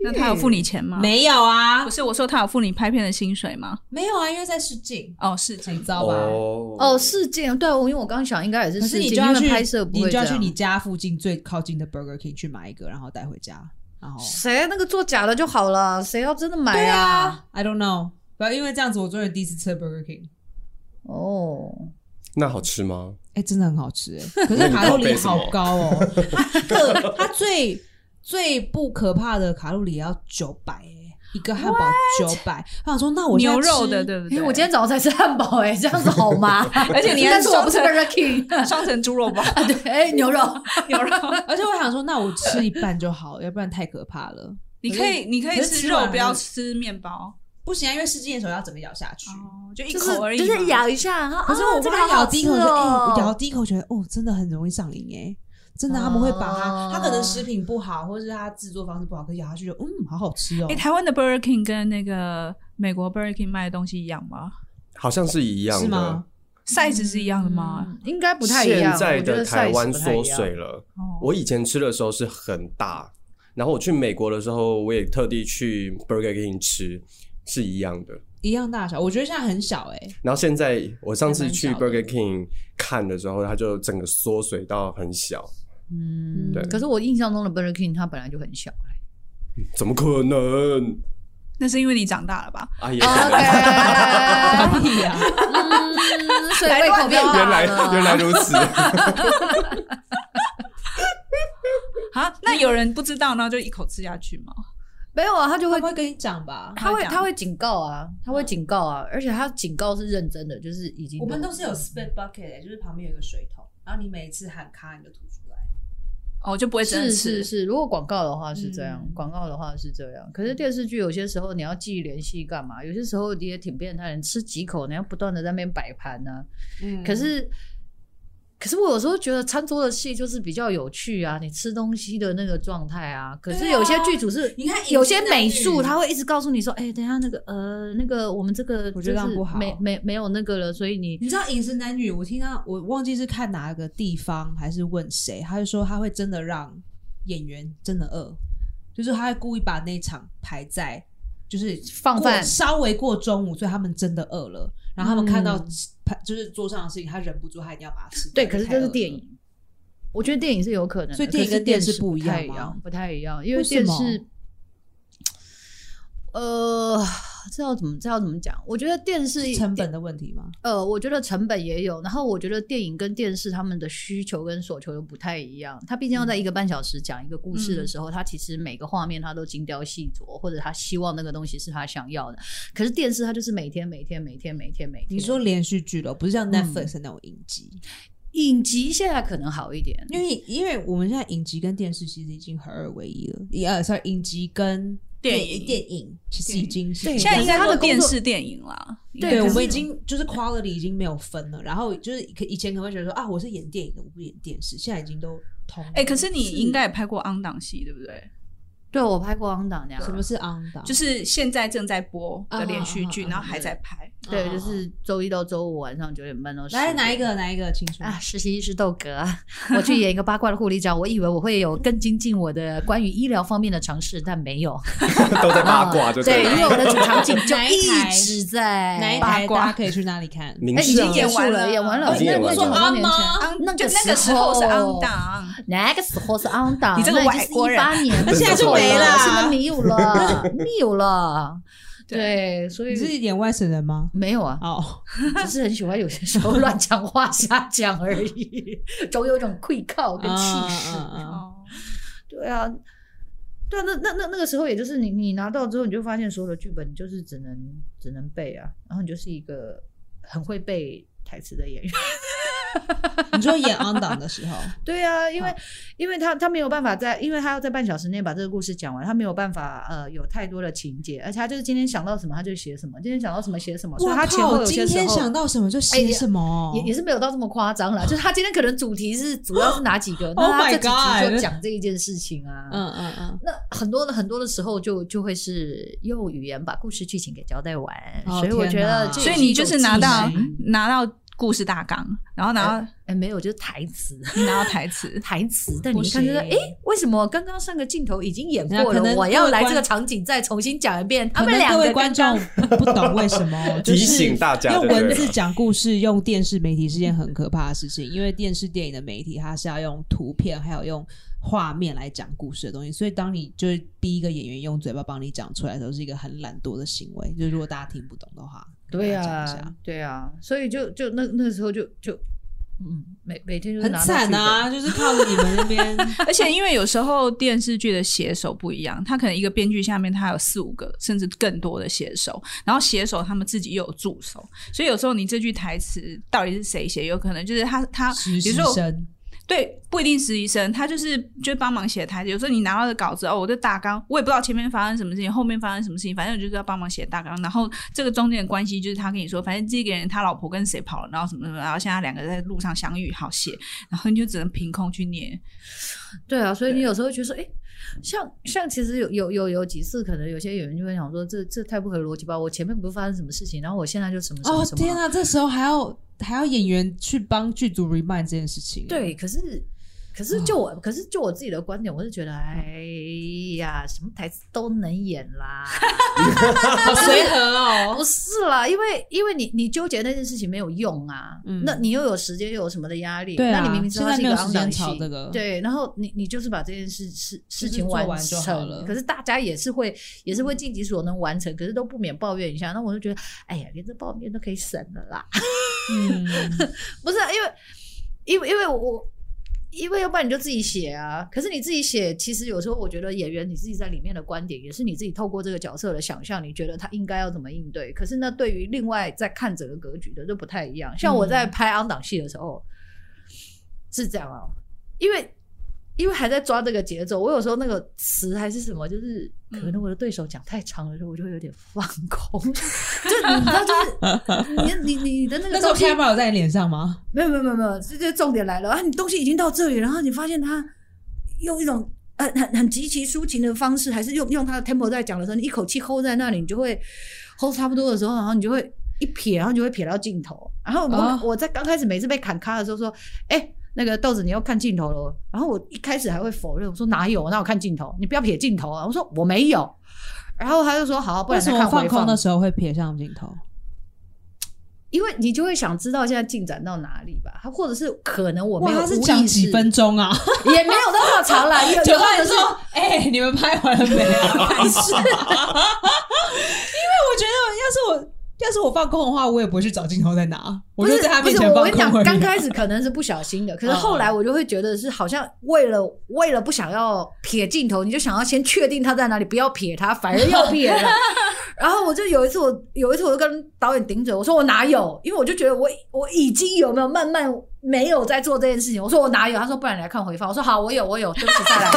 Speaker 4: 那他有付你钱吗？，
Speaker 3: 没有啊
Speaker 4: 不，是我说他有付你拍片的薪水吗？
Speaker 3: 没有啊，因为在试镜，
Speaker 4: 哦，是这
Speaker 3: 很
Speaker 4: 样。
Speaker 3: 糟吧？
Speaker 1: 哦
Speaker 2: 哦，试镜对啊，我因为我刚刚想应该也是
Speaker 3: 可
Speaker 2: 试
Speaker 3: 是你
Speaker 2: 镜，
Speaker 3: 就要
Speaker 2: 因为
Speaker 3: 去
Speaker 2: 拍摄不
Speaker 3: 你
Speaker 2: 会
Speaker 3: 就
Speaker 2: 这
Speaker 3: 要
Speaker 2: 样。
Speaker 3: 去你家附近最靠近的 Burger King 去买一个，然后带回家，然后
Speaker 2: 谁那个做假的就好了，谁要真的买
Speaker 3: 对
Speaker 2: 啊？
Speaker 3: 啊，I don't know，不要因为这样子，我终于第一次吃 Burger King。
Speaker 2: 哦，
Speaker 1: 那好吃吗？
Speaker 3: 哎、真的很好吃哎，可
Speaker 1: 那
Speaker 3: 是
Speaker 1: 你
Speaker 3: 卡路
Speaker 1: 报备
Speaker 3: 里
Speaker 1: 什么
Speaker 3: 好高哦， 它个它最最不可怕的卡路里也要九百哎，一个汉堡九百，我想说那我现在
Speaker 4: 牛肉
Speaker 3: 吃
Speaker 4: 的，对不
Speaker 2: 哎、
Speaker 4: 对？
Speaker 2: 我今天早上才吃汉堡、哎，这样子好吗？
Speaker 4: 而且你还
Speaker 2: 但是我不是
Speaker 4: 双层
Speaker 2: Burger King，
Speaker 4: 双层猪肉包、
Speaker 2: 对，哎、牛肉，
Speaker 4: 牛 肉，
Speaker 3: 而且我想说那我吃一半就好，要不然太可怕了。
Speaker 4: 你可以你可以
Speaker 3: 可是
Speaker 4: 吃
Speaker 3: 吃完
Speaker 4: 肉，
Speaker 3: 了
Speaker 4: 不要吃面包。
Speaker 3: 不行啊，因为试镜的时候要整个咬下去。
Speaker 4: 哦，就一
Speaker 2: 就是
Speaker 4: 口而已嘛。
Speaker 2: 就是咬一下，然后
Speaker 3: 可是我
Speaker 2: 啊、这个
Speaker 3: 妈
Speaker 2: 好
Speaker 3: 咬
Speaker 2: 好
Speaker 3: 第一
Speaker 2: 吃
Speaker 3: 口觉得，哎、
Speaker 2: 哦
Speaker 3: 我咬第一口觉得，哦，真的很容易上瘾哎，真的他们会把它，它可能
Speaker 2: 哦
Speaker 3: 食品不好，或者是它制作方式不好，可是咬下去就嗯，好好吃哦。
Speaker 4: 哎、台湾的 Burger King 跟那个美国 Burger King 卖的东西一样吗
Speaker 1: 好像是一样的。
Speaker 3: 是吗？
Speaker 4: ？size 是一样的吗？
Speaker 2: 嗯应该不太一样。
Speaker 1: 现在
Speaker 2: 我觉
Speaker 1: 的
Speaker 2: 得
Speaker 1: 台
Speaker 2: size
Speaker 1: 湾
Speaker 2: 不太一
Speaker 1: 缩
Speaker 2: 样
Speaker 1: 水了。
Speaker 4: 哦，
Speaker 1: 我以前吃的时候是很大，然后我去美国的时候，我也特地去 Burger King 吃，是一样的。
Speaker 3: 一样大小，我觉得现在很小哎、
Speaker 1: 然后现在我上次去
Speaker 3: 还蛮小的
Speaker 1: Burger King 看的时候，它就整个缩水到很小，
Speaker 2: 嗯
Speaker 1: 对，
Speaker 2: 可是我印象中的 Burger King 它本来就很小。
Speaker 1: 怎么可能？
Speaker 4: 那是因为你长大了吧？
Speaker 1: 啊，也
Speaker 2: 哦
Speaker 3: 哦
Speaker 2: OK，
Speaker 3: 屁呀、
Speaker 2: 嗯，所以胃口变
Speaker 1: 原
Speaker 2: 大
Speaker 1: 来
Speaker 2: 了。
Speaker 1: 原来如此，
Speaker 4: 啊，那有人不知道，然后就一口吃下去吗？
Speaker 2: 没有啊，他就
Speaker 3: 会
Speaker 2: 会
Speaker 3: 不会跟你讲吧？
Speaker 2: 他会他
Speaker 4: 他会讲
Speaker 2: 会警告啊，他会警告啊，而且他警告是认真的，就是已经
Speaker 3: 我们都是有 spit bucket，、欸、就是旁边有一个水桶，然后你每一次喊咔你就吐出来。
Speaker 4: 哦，就不会真的
Speaker 2: 是
Speaker 4: 吃。
Speaker 2: 是是，如果广告的话是这样
Speaker 4: 嗯，
Speaker 2: 广、告的话是这样。可是电视剧有些时候你要记忆联系干嘛？有些时候你也挺变态，你吃几口，你要不断的在那边摆盘呢、啊
Speaker 3: 嗯
Speaker 2: 可是，可是我有时候觉得餐桌的戏就是比较有趣啊，你吃东西的那个状态啊。可是
Speaker 3: 对啊
Speaker 2: 有些剧组是，
Speaker 3: 你看
Speaker 2: 有些美术
Speaker 3: 它
Speaker 2: 他会一直告诉你说，哎、等一下那个呃那个我们这个
Speaker 3: 我觉
Speaker 2: 就是
Speaker 3: 得这样不好
Speaker 2: 没没没有那个了，所以你
Speaker 3: 你知道《饮食男女》，我听到我忘记是看哪个地方还是问谁，他就说他会真的让演员真的饿，就是他会故意把那场排在就是
Speaker 2: 放
Speaker 3: 过
Speaker 2: 饭
Speaker 3: 稍微过中午，所以他们真的饿了，然后他们看到
Speaker 2: 嗯
Speaker 3: 盘、就是桌上的事情，他忍不住他一定要把它吃掉。
Speaker 2: 对，可是
Speaker 3: 太饿
Speaker 2: 这
Speaker 3: 了
Speaker 2: 是电影。我觉得电影是有可能的，
Speaker 3: 所以电影
Speaker 2: 可是
Speaker 3: 跟电视
Speaker 2: 视
Speaker 3: 不一样
Speaker 2: 太
Speaker 3: 吗
Speaker 2: 样，不太一样，因为
Speaker 3: 为什
Speaker 2: 电
Speaker 3: 么
Speaker 2: 视，呃，这要怎么这要怎么讲？我觉得电视
Speaker 3: 是成本的问题吗？
Speaker 2: 呃，我觉得成本也有，然后我觉得电影跟电视他们的需求跟所求又不太一样。它毕竟要
Speaker 3: 嗯
Speaker 2: 在一个半小时讲一个故事的时候，它其实每个画面它都精雕细琢，或者他希望那个东西是他想要的。可是电视它就是每天每天每天每天每天。
Speaker 3: 你说连续剧了，不是像
Speaker 2: 嗯
Speaker 3: Netflix 的那种影集，
Speaker 2: 影集现在可能好一点，
Speaker 3: 因为因为我们现在影集跟电视其实已经合二为一了，一呃，sorry，影集跟
Speaker 4: 电影
Speaker 3: 电影其实已经是
Speaker 2: 对
Speaker 4: 现在应该
Speaker 2: 他
Speaker 4: 做
Speaker 2: 的工
Speaker 4: 电
Speaker 2: 作
Speaker 4: 视电影啦。
Speaker 2: 对
Speaker 3: 对，
Speaker 2: 可
Speaker 3: 我
Speaker 2: 是
Speaker 3: 们已经就是 quality 已经没有分了，然后就是可以前可能会觉得说啊，我是演电影的，我不演电视，现在已经都通了。
Speaker 4: 哎、可是你应该也拍过 on 档戏，对不对？
Speaker 2: 对我拍过《昂档》那样，
Speaker 3: 什么是 on 档？
Speaker 4: 就是是现在正在播的连续剧，
Speaker 3: 啊啊啊啊
Speaker 4: 然后还在拍。
Speaker 2: 对，就是周一到周五晚上九点半到十
Speaker 3: 来
Speaker 2: 点。
Speaker 3: 哪一个哪一个，请说。
Speaker 2: 啊，实习医师豆哥，我去演一个八卦的护理长，我以为我会有更精进我的关于医疗方面的尝试，但没有。啊
Speaker 1: 都在 八卦就
Speaker 2: 对，
Speaker 1: 了
Speaker 2: 因为我的主场景就
Speaker 3: 哪一
Speaker 2: 一
Speaker 3: 台
Speaker 2: 直在
Speaker 3: 哪一台
Speaker 2: 哎
Speaker 4: 八卦
Speaker 3: 大家可以去哪里看？
Speaker 1: 明
Speaker 2: 已
Speaker 1: 示
Speaker 2: 经
Speaker 1: 啊
Speaker 2: 结束了，
Speaker 4: 已经
Speaker 2: 演
Speaker 4: 演
Speaker 2: 完
Speaker 4: 完
Speaker 2: 了，
Speaker 4: 了
Speaker 1: 已经演
Speaker 2: 那
Speaker 1: 完
Speaker 2: 那
Speaker 1: 了
Speaker 2: 就好多年前。
Speaker 4: 昂
Speaker 2: 啊那个
Speaker 4: 就那个
Speaker 2: 时
Speaker 4: 时候是
Speaker 2: 候
Speaker 4: on 档，
Speaker 2: 那个时候是 on 档，
Speaker 4: 你这个
Speaker 2: 那已经
Speaker 4: 外国
Speaker 2: 是一
Speaker 4: 人
Speaker 2: 八 年的时候了，
Speaker 1: 现在就
Speaker 3: 没了
Speaker 2: 现在没有了，没有了。对，所
Speaker 3: 你
Speaker 2: 以
Speaker 3: 是演外省人吗？
Speaker 2: 没有啊，
Speaker 3: 哦，
Speaker 2: 只是很喜欢有些时候乱讲话、 瞎讲而已，总有一种愧靠跟气势。
Speaker 3: 嗯嗯嗯
Speaker 4: 哦，
Speaker 2: 对啊，对啊，那那那那个时候，也就是你你拿到之后，你就发现所有的剧本你就是只能只能背啊，然后你就是一个很会背台词的演员。
Speaker 3: 你说演 on 档的时候，
Speaker 2: 对啊，因为
Speaker 3: 好
Speaker 2: 因为他他没有办法在，因为他要在半小时内把这个故事讲完，他没有办法呃有太多的情节，而且他就是今天想到什么他就写什么，今天想到什么写什么， 所以他
Speaker 3: 哇
Speaker 2: 前后
Speaker 3: 靠，
Speaker 2: 有
Speaker 3: 今
Speaker 2: 些时
Speaker 3: 天想
Speaker 2: 候。
Speaker 3: 到什么就
Speaker 2: 哎
Speaker 3: 写
Speaker 2: 也
Speaker 3: 什么，
Speaker 2: 也也是没有到这么夸张啦，就是他今天可能主题是主要是哪几 个，
Speaker 3: Oh
Speaker 2: 那他这
Speaker 3: my
Speaker 2: 几集
Speaker 3: God
Speaker 2: 就讲这一件事情啊。
Speaker 3: 嗯嗯嗯。
Speaker 2: 那很多的很多的时候就就会是用语言把故事剧情给交代完，
Speaker 3: 哦
Speaker 2: 所以我
Speaker 3: 天
Speaker 2: 觉
Speaker 3: 哪
Speaker 2: 得这也
Speaker 4: 所
Speaker 2: 啊
Speaker 4: 以
Speaker 2: 一
Speaker 4: 你就
Speaker 2: 种
Speaker 4: 是拿
Speaker 2: 技
Speaker 4: 到
Speaker 2: 能
Speaker 4: 拿到故事大纲，然后拿到
Speaker 2: 哎没有就是台 词，，
Speaker 4: 你拿到台词
Speaker 2: 台词，但你
Speaker 3: 不
Speaker 2: 一看就是
Speaker 3: 行
Speaker 2: 哎，为什么刚刚上个镜头已经演
Speaker 3: 那
Speaker 2: 过
Speaker 3: 可
Speaker 2: 了
Speaker 3: 能，
Speaker 2: 我
Speaker 3: 各
Speaker 2: 要
Speaker 3: 位
Speaker 2: 来
Speaker 3: 观
Speaker 2: 这个场景再重新讲一遍？他
Speaker 3: 可
Speaker 2: 们
Speaker 3: 能
Speaker 2: 两
Speaker 3: 各
Speaker 2: 个
Speaker 3: 位
Speaker 2: 刚
Speaker 3: 观众
Speaker 2: 刚
Speaker 3: 不懂为什么，就
Speaker 1: 提
Speaker 3: 是
Speaker 1: 醒大家
Speaker 3: 用
Speaker 1: 就对
Speaker 3: 文
Speaker 1: 了
Speaker 3: 字讲故事，用电视媒体是件很可怕的事情，因为电视电影的媒体它是要用图片还有用画面来讲故事的东西，所以当你就是逼一个演员用嘴巴帮你讲出来的时候，是一个很懒惰的行 为。就是如果大家听不懂的话，
Speaker 2: 对
Speaker 3: 跟大家
Speaker 2: 啊
Speaker 3: 讲一下，
Speaker 2: 对啊，所以就就那那时候就就嗯，每每天就是
Speaker 3: 很
Speaker 2: 拿到
Speaker 3: 惨
Speaker 2: 剧本
Speaker 3: 啊，就是靠你们那 边
Speaker 4: 而且因为有时候电视剧的写手不一样，他可能一个编剧下面他有四五个甚至更多的写手，然后写手他们自己又有助手，所以有时候你这句台词到底是谁写，有可能就是他他，
Speaker 3: 实
Speaker 4: 比
Speaker 3: 习
Speaker 4: 如说我
Speaker 3: 生，
Speaker 4: 对不一定实习生，他就是就帮忙写台词。有时候你拿到的稿子哦，我的大纲我也不知道前面发生什么事情，后面发生什么事情，反正我就是要帮忙写大纲。然后这个中间的关系就是他跟你说，反正这个人他老婆跟谁跑了，然后什么什么，然后现在两个在路上相遇，好写，然后你就只能凭空去念。
Speaker 2: 对啊，所以你有时候会觉得说，哎，像像其实有有有有几次，可能有些演员就会想说，这这太不合逻辑吧？我前面不是发生什么事情，然后我现在就什么什么
Speaker 3: 哦
Speaker 2: 什么，
Speaker 3: 天啊，这时候还要还要演员去帮剧组 remind 这件事情，
Speaker 2: 对，，可是可是就我、可是就我自己的观点，我是觉得，哎呀，什么台词都能演啦，
Speaker 3: 好随和哦，
Speaker 2: 不是啦，因为因为你你纠结那件事情没有用啊，
Speaker 3: 嗯
Speaker 2: 那你又有时间又有什么的压力，
Speaker 3: 对啊
Speaker 2: 那你明明知道它是一
Speaker 3: 现
Speaker 2: 个
Speaker 3: 在没有时
Speaker 2: on
Speaker 3: 间
Speaker 2: 档
Speaker 3: 吵
Speaker 2: 戏，
Speaker 3: 这个
Speaker 2: 对，然后你你就是把这件事事事
Speaker 3: 就是
Speaker 2: 情
Speaker 3: 做完
Speaker 2: 完
Speaker 3: 就
Speaker 2: 成
Speaker 3: 好了嗯
Speaker 2: 可是大家也是会也是会尽己所能完成，可是都不免抱怨一下，那我就觉得，哎呀，连这抱怨都可以省了啦。
Speaker 3: 嗯。
Speaker 2: 不是、啊、因为，因为因为我，因为要不然你就自己写啊。可是你自己写，其实有时候我觉得演员你自己在里面的观点，也是你自己透过这个角色的想象，你觉得他应该要怎么应对。可是那对于另外在看整个格局的就不太一样。像我
Speaker 3: 嗯
Speaker 2: 在拍昂档戏的时候、是这样啊，因为。因为还在抓这个节奏，我有时候那个词还是什么，就是可
Speaker 3: 嗯
Speaker 2: 能我的对手讲太长的时候，我就会有点放空， 就你知道，就是你你你的那个
Speaker 3: 那时候
Speaker 2: 东西
Speaker 3: camera 有在你脸上吗？
Speaker 2: 没有没有没有没有，这这重点来了啊！你东西已经到这里了，然后你发现他用一种很很很极其抒情的方式，还是用用他的 tempo 在讲的时候，你一口气 hold 在那里，你就会 hold 差不多的时候，然后你就会一瞥，然后你就会瞥到镜头。然后我、
Speaker 3: 哦
Speaker 2: 我在刚开始每次被砍咖的时候说，哎、那个豆子，你要看镜头咯。然后我一开始还会否认，我说哪有，哪有看镜头？你不要瞥镜头啊！我说我没有。然后他就说好，不
Speaker 3: 为
Speaker 2: 然
Speaker 3: 什
Speaker 2: 再
Speaker 3: 么
Speaker 2: 看
Speaker 3: 放
Speaker 2: 回
Speaker 3: 空
Speaker 2: 放
Speaker 3: 的时候会瞥向镜头？
Speaker 2: 因为你就会想知道现在进展到哪里吧，或者是可能我没
Speaker 3: 哇，
Speaker 2: 有
Speaker 3: 他是
Speaker 2: 无意
Speaker 3: 讲几
Speaker 2: 识
Speaker 3: 分钟啊？
Speaker 2: 也没有到那么 长啦，有
Speaker 3: 九
Speaker 2: 有
Speaker 3: 号
Speaker 2: 或
Speaker 3: 人
Speaker 2: 者是
Speaker 3: 说：“哎、你们拍完 了没啊？”白痴！因为我觉得，要是我要是我放空的话，我也不会去找镜头在哪，我
Speaker 2: 不
Speaker 3: 就是在他
Speaker 2: 不
Speaker 3: 面
Speaker 2: 是
Speaker 3: 前
Speaker 2: 我
Speaker 3: 放
Speaker 2: 跟你
Speaker 3: 空
Speaker 2: 讲
Speaker 3: 而，已。哦
Speaker 2: 刚开始可能是不小心的，可是后来我就会觉得是好像为了为了不想要撇镜头，你就想要先确定他在哪里，不要撇他，反而要撇 了。然后我就有一次我，有一次我就跟导演顶嘴，我说我哪有，因为我就觉得我我已经有没有慢慢没有在做这件事情，我说我哪有，他说不然你来看回放，我说好，我有我有，对不起再来，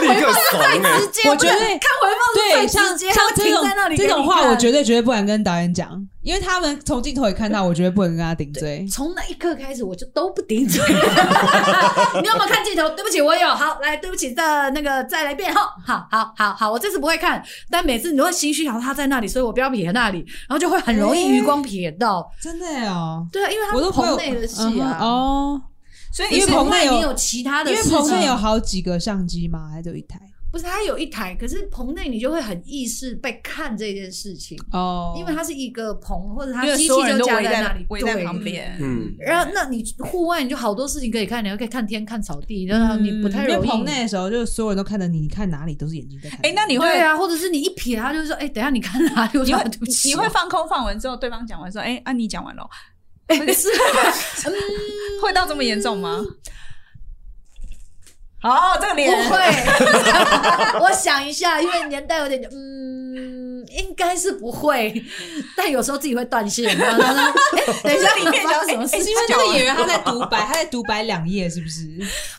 Speaker 1: 立刻怂欸了。
Speaker 2: 直接
Speaker 3: 我觉得
Speaker 2: 不是看回放
Speaker 3: 对，
Speaker 2: 是最
Speaker 3: 像
Speaker 2: 直接，
Speaker 3: 像
Speaker 2: 他会
Speaker 3: 这
Speaker 2: 停
Speaker 3: 种
Speaker 2: 在那里给
Speaker 3: 这
Speaker 2: 你
Speaker 3: 种话，
Speaker 2: 看
Speaker 3: 我绝对绝对不敢跟导演讲，因为他们从镜头里看到，我绝对不能跟他顶嘴。
Speaker 2: 从那一刻开始，我就都不顶嘴。 你有没有看镜头？对不起，我有。好，来，对不起，再那个再来一遍哈。好好好好，我这次不会看，但每次你都会心虚，想说他在那里，所以我不要撇那里，然后就会很容易余光瞥到。
Speaker 3: 真的哦，
Speaker 2: 对啊，因为
Speaker 3: 我
Speaker 2: 他
Speaker 3: 都
Speaker 2: 是
Speaker 3: 不会
Speaker 2: 棚内的戏啊
Speaker 3: 嗯哼，哦，
Speaker 4: 所以
Speaker 3: 因
Speaker 4: 你
Speaker 3: 为
Speaker 4: 是
Speaker 3: 棚内
Speaker 2: 你
Speaker 3: 有
Speaker 2: 有其他
Speaker 3: 因
Speaker 2: 的
Speaker 3: 为
Speaker 2: 事情，
Speaker 3: 棚内有好几个相机嘛，还是有一台
Speaker 2: 不是他有一台，可是棚内你就会很意识被看这件事情，
Speaker 3: 哦
Speaker 2: 因为它是一个棚或者它
Speaker 4: 因为
Speaker 2: 机器
Speaker 4: 所有人
Speaker 2: 就
Speaker 4: 都
Speaker 2: 架
Speaker 4: 围
Speaker 2: 在那
Speaker 4: 在
Speaker 2: 里，
Speaker 4: 围在
Speaker 2: 对
Speaker 4: 旁。边，
Speaker 1: 嗯
Speaker 2: 然后，那你户外你就好多事情可以看，你还可以看天、看草地，然后
Speaker 3: 嗯
Speaker 2: 你不太
Speaker 3: 因
Speaker 2: 容
Speaker 3: 为
Speaker 2: 易。
Speaker 3: 棚内的时候，就是所有人都看着你，你看哪里都是眼睛在看。
Speaker 4: 哎、那欸你会
Speaker 2: 对啊，或者是你一瞥，他就说：“哎、等一下你看哪里？”我
Speaker 4: 你
Speaker 2: 说
Speaker 4: 会
Speaker 2: 啊对不起，
Speaker 4: 你会放空放完之后，对方讲完说：“哎、啊，你讲完了。嗯
Speaker 2: 哎、 是啊
Speaker 4: 会到这么严重吗？好，这个
Speaker 2: 不
Speaker 4: 脸
Speaker 2: 会。我想一下，因为年代有点嗯，应应该是不会，但有时候自己会断线。然后他说：“哎，等一 下，里面发生什么事
Speaker 3: 哎，是
Speaker 2: 情
Speaker 3: 因为那个演员他在独白，他在独白两页，是不是？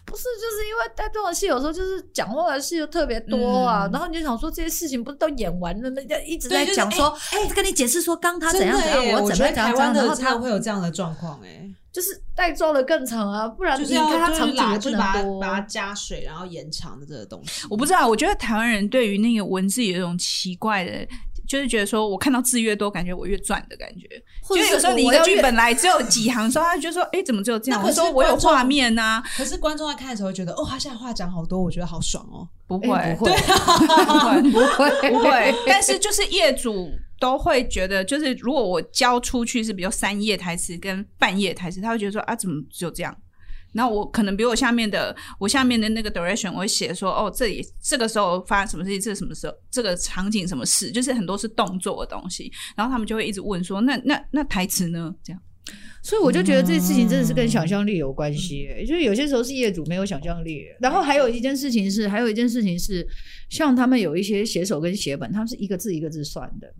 Speaker 2: 不是，就是因为带动的戏有时候就是讲话的戏又特别多啊，
Speaker 4: 嗯
Speaker 2: 然后你就想说这些事情不是都演完了吗？要一直
Speaker 3: 对
Speaker 2: 在
Speaker 3: 就是
Speaker 2: 讲说，哎、跟你解释说刚他怎样怎
Speaker 3: 真的耶
Speaker 2: 样，
Speaker 3: 我
Speaker 2: 怎
Speaker 3: 觉
Speaker 2: 么
Speaker 3: 得
Speaker 2: 样怎
Speaker 3: 台
Speaker 2: 样
Speaker 3: 湾
Speaker 2: 怎样，然后
Speaker 3: 的真
Speaker 2: 他
Speaker 3: 的会有这样的状况哎，
Speaker 2: 就是带抓的更长啊，不然
Speaker 3: 就
Speaker 2: 你
Speaker 3: 是要
Speaker 2: 看他
Speaker 3: 就是
Speaker 2: 场景
Speaker 3: 拉
Speaker 2: 也不
Speaker 3: 就是
Speaker 2: 能
Speaker 3: 把它
Speaker 2: 多。
Speaker 3: 把它加水，然后延长的这个东西。
Speaker 4: 我不知道，我觉得台湾人对于那个文字有一种奇怪的，就是觉得说我看到字越多，感觉我越赚的感觉。
Speaker 2: 或
Speaker 4: 就
Speaker 2: 者
Speaker 4: 有时候
Speaker 2: 是
Speaker 4: 你一
Speaker 2: 我
Speaker 4: 个
Speaker 2: 要
Speaker 4: 剧
Speaker 2: 越
Speaker 4: 本来只有几行的时候，他就说：“哎、怎么只有这样？”
Speaker 3: 那
Speaker 4: 我
Speaker 3: 可是
Speaker 4: 说：“我有
Speaker 3: 观众
Speaker 4: 画面啊呐、
Speaker 3: 可是观众在看的时候会觉得，哦，他现在话讲好多，我觉得好爽哦。
Speaker 4: 不会，
Speaker 2: 哎不
Speaker 4: 对
Speaker 2: 会，
Speaker 4: 不
Speaker 2: 不会，
Speaker 4: 会，不会。但是就是业主都会觉得，就是如果我交出去是比如三页台词跟半页台词，他会觉得说：“啊，怎么只有这样？”然后我可能比如我下面的我下面的那个 direction，我会写说哦，这里这个时候发生什么事情，这是什么时候这个场景什么事，就是很多是动作的东西。然后他们就会一直问说，那那那台词呢？这样
Speaker 2: 所以我就觉得这事情真的是跟想象力有关系、就是有些时候是业主没有想象力。然后还有一件事情是，还有一件事情是，像他们有一些写手跟写本，他们是一个字一个字算的，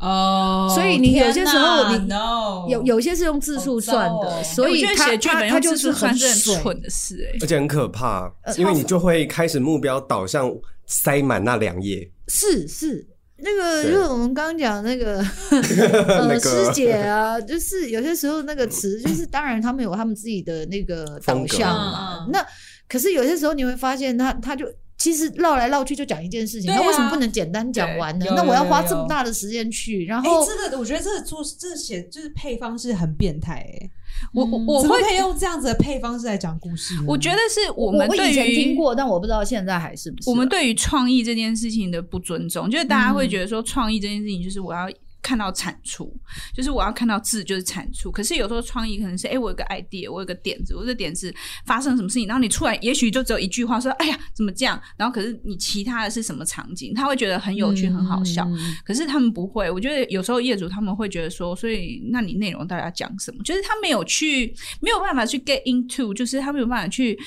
Speaker 3: 哦
Speaker 2: 所以你有些时候你
Speaker 3: no
Speaker 4: 哦
Speaker 2: 有有些是用字数算
Speaker 3: 好糟
Speaker 2: 的，
Speaker 3: 哦
Speaker 2: 所以
Speaker 4: 哎我觉得
Speaker 2: 他
Speaker 4: 写剧
Speaker 2: 他
Speaker 4: 本
Speaker 2: 他
Speaker 4: 用
Speaker 2: 就
Speaker 4: 字
Speaker 2: 是
Speaker 4: 数算是
Speaker 2: 水
Speaker 4: 很蠢的事哎、
Speaker 1: 而且很可怕
Speaker 2: 呃，
Speaker 1: 因为你就会开始目标导向塞满那两页。
Speaker 2: 是是，那个
Speaker 1: 对
Speaker 2: 就是我们刚刚讲那个
Speaker 1: 那
Speaker 2: 呃
Speaker 1: 个
Speaker 2: 师姐啊，就是有些时候那个词，就是当然他们有他们自己的那个导
Speaker 1: 风格
Speaker 2: 向嘛
Speaker 3: 嗯嗯。
Speaker 2: 那可是有些时候你会发现他，他就。其实绕来绕去就讲一件事情，
Speaker 3: 对啊
Speaker 2: 那为什么不能简单讲完呢
Speaker 3: 对？
Speaker 4: 啊
Speaker 3: 有
Speaker 2: 那我要花
Speaker 3: 有有
Speaker 2: 这么大的时间去，然
Speaker 3: 哎、
Speaker 2: 后
Speaker 3: 这个我觉得这个做这个写就是配方是很变态哎、
Speaker 4: 我
Speaker 2: 嗯
Speaker 4: 我我
Speaker 3: 怎么
Speaker 4: 会，
Speaker 3: 可以用这样子的配方式来讲故事呢？
Speaker 4: 我觉得是我
Speaker 2: 我
Speaker 4: 们
Speaker 2: 我
Speaker 4: 对
Speaker 2: 以前
Speaker 4: 于
Speaker 2: 听过，但我不知道现在还是不是啊。
Speaker 4: 我们对于创意这件事情的不尊重，就是大家会觉得说创意这件事情就是我要。看到产出，就是我要看到字，就是产出。可是有时候创意可能是，哎、我有个 idea，我有个点子，我这点子发生什么事情，然后你出来，也许就只有一句话说，哎呀，怎么这样？然后可是你其他的是什么场景，他会觉得很有趣，很好笑。
Speaker 2: 嗯
Speaker 4: 可是他们不会，我觉得有时候业主他们会觉得说，所以那你内容到底要讲什么？就是他没有去，没有办法去 get into，就是他没有办法去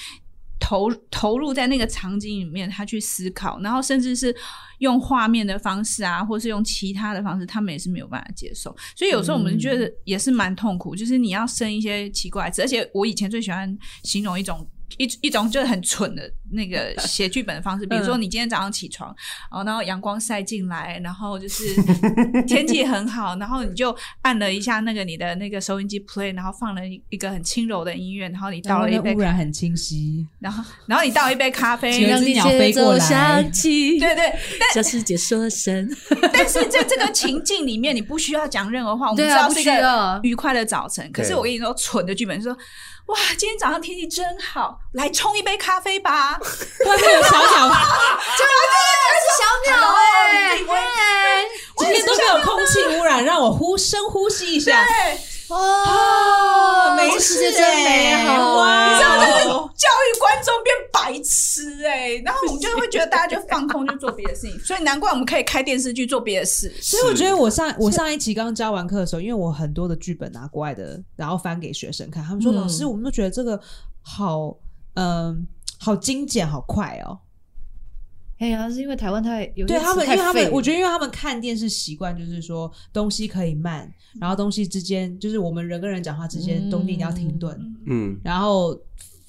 Speaker 4: 投投入在那个场景里面，他去思考，然后甚至是用画面的方式啊，或是用其他的方式，他们也是没有办法接受。所以有时候我们觉得也是蛮痛苦，就是你要生一些奇怪的字，而且我以前最喜欢形容一种。一一种就是很蠢的那个写剧本的方式，比如说你今天早上起床，哦，然后阳光晒进来，然 后就是天气很好，然后你就按了一下那个你的那个收音机 play，然后放了一一个很轻柔的音乐，然后你倒了一杯
Speaker 3: 污，染很清 晰，
Speaker 4: 然后然后你倒一杯咖啡，
Speaker 3: 有一只鸟飞过来
Speaker 2: 起
Speaker 4: 对对，
Speaker 2: 小师姐说声，
Speaker 4: 但是在这个情境里面，你不需要讲任何话，我们
Speaker 2: 对
Speaker 4: 知
Speaker 2: 啊，
Speaker 4: 道
Speaker 2: 不
Speaker 4: 是一
Speaker 2: 需
Speaker 4: 个
Speaker 2: 要。
Speaker 4: 愉快的早晨。可是
Speaker 1: 对
Speaker 4: 我跟你说，蠢的剧本说，哇，今天早上天气真好，来冲一杯咖啡吧。
Speaker 3: 外面有小鸟，
Speaker 2: 小鸟哎、哎
Speaker 3: 今天都没有空气污染，让我呼深呼吸一下，啊
Speaker 2: 哦，
Speaker 3: 没
Speaker 2: 啊这
Speaker 3: 事
Speaker 2: 世界真美
Speaker 3: 哎
Speaker 2: 好
Speaker 3: 哇
Speaker 2: 啊！
Speaker 3: 哦，
Speaker 4: 教育观众变白痴哎、然后我们就会觉得大家就放空，就做别的事情，所以难怪我们可以开电视剧做别的事。
Speaker 3: 所以我觉得我上我上一期刚教完课的时候，因为我很多的剧本拿啊国外的，然后翻给学生看，他们说、
Speaker 2: 嗯
Speaker 3: 老师，我们都觉得这个好，嗯、好精简，好快哦。
Speaker 2: 哎呀，是因为台湾太有些
Speaker 3: 对
Speaker 2: 词
Speaker 3: 他们，因
Speaker 2: 太
Speaker 3: 为他
Speaker 2: 废
Speaker 3: 们，我觉得因为他们看电视习惯就是说东西可以慢，然后东西之间就是我们人跟人讲话之间，
Speaker 2: 嗯
Speaker 3: 东西一定要停顿，
Speaker 1: 嗯，
Speaker 3: 然后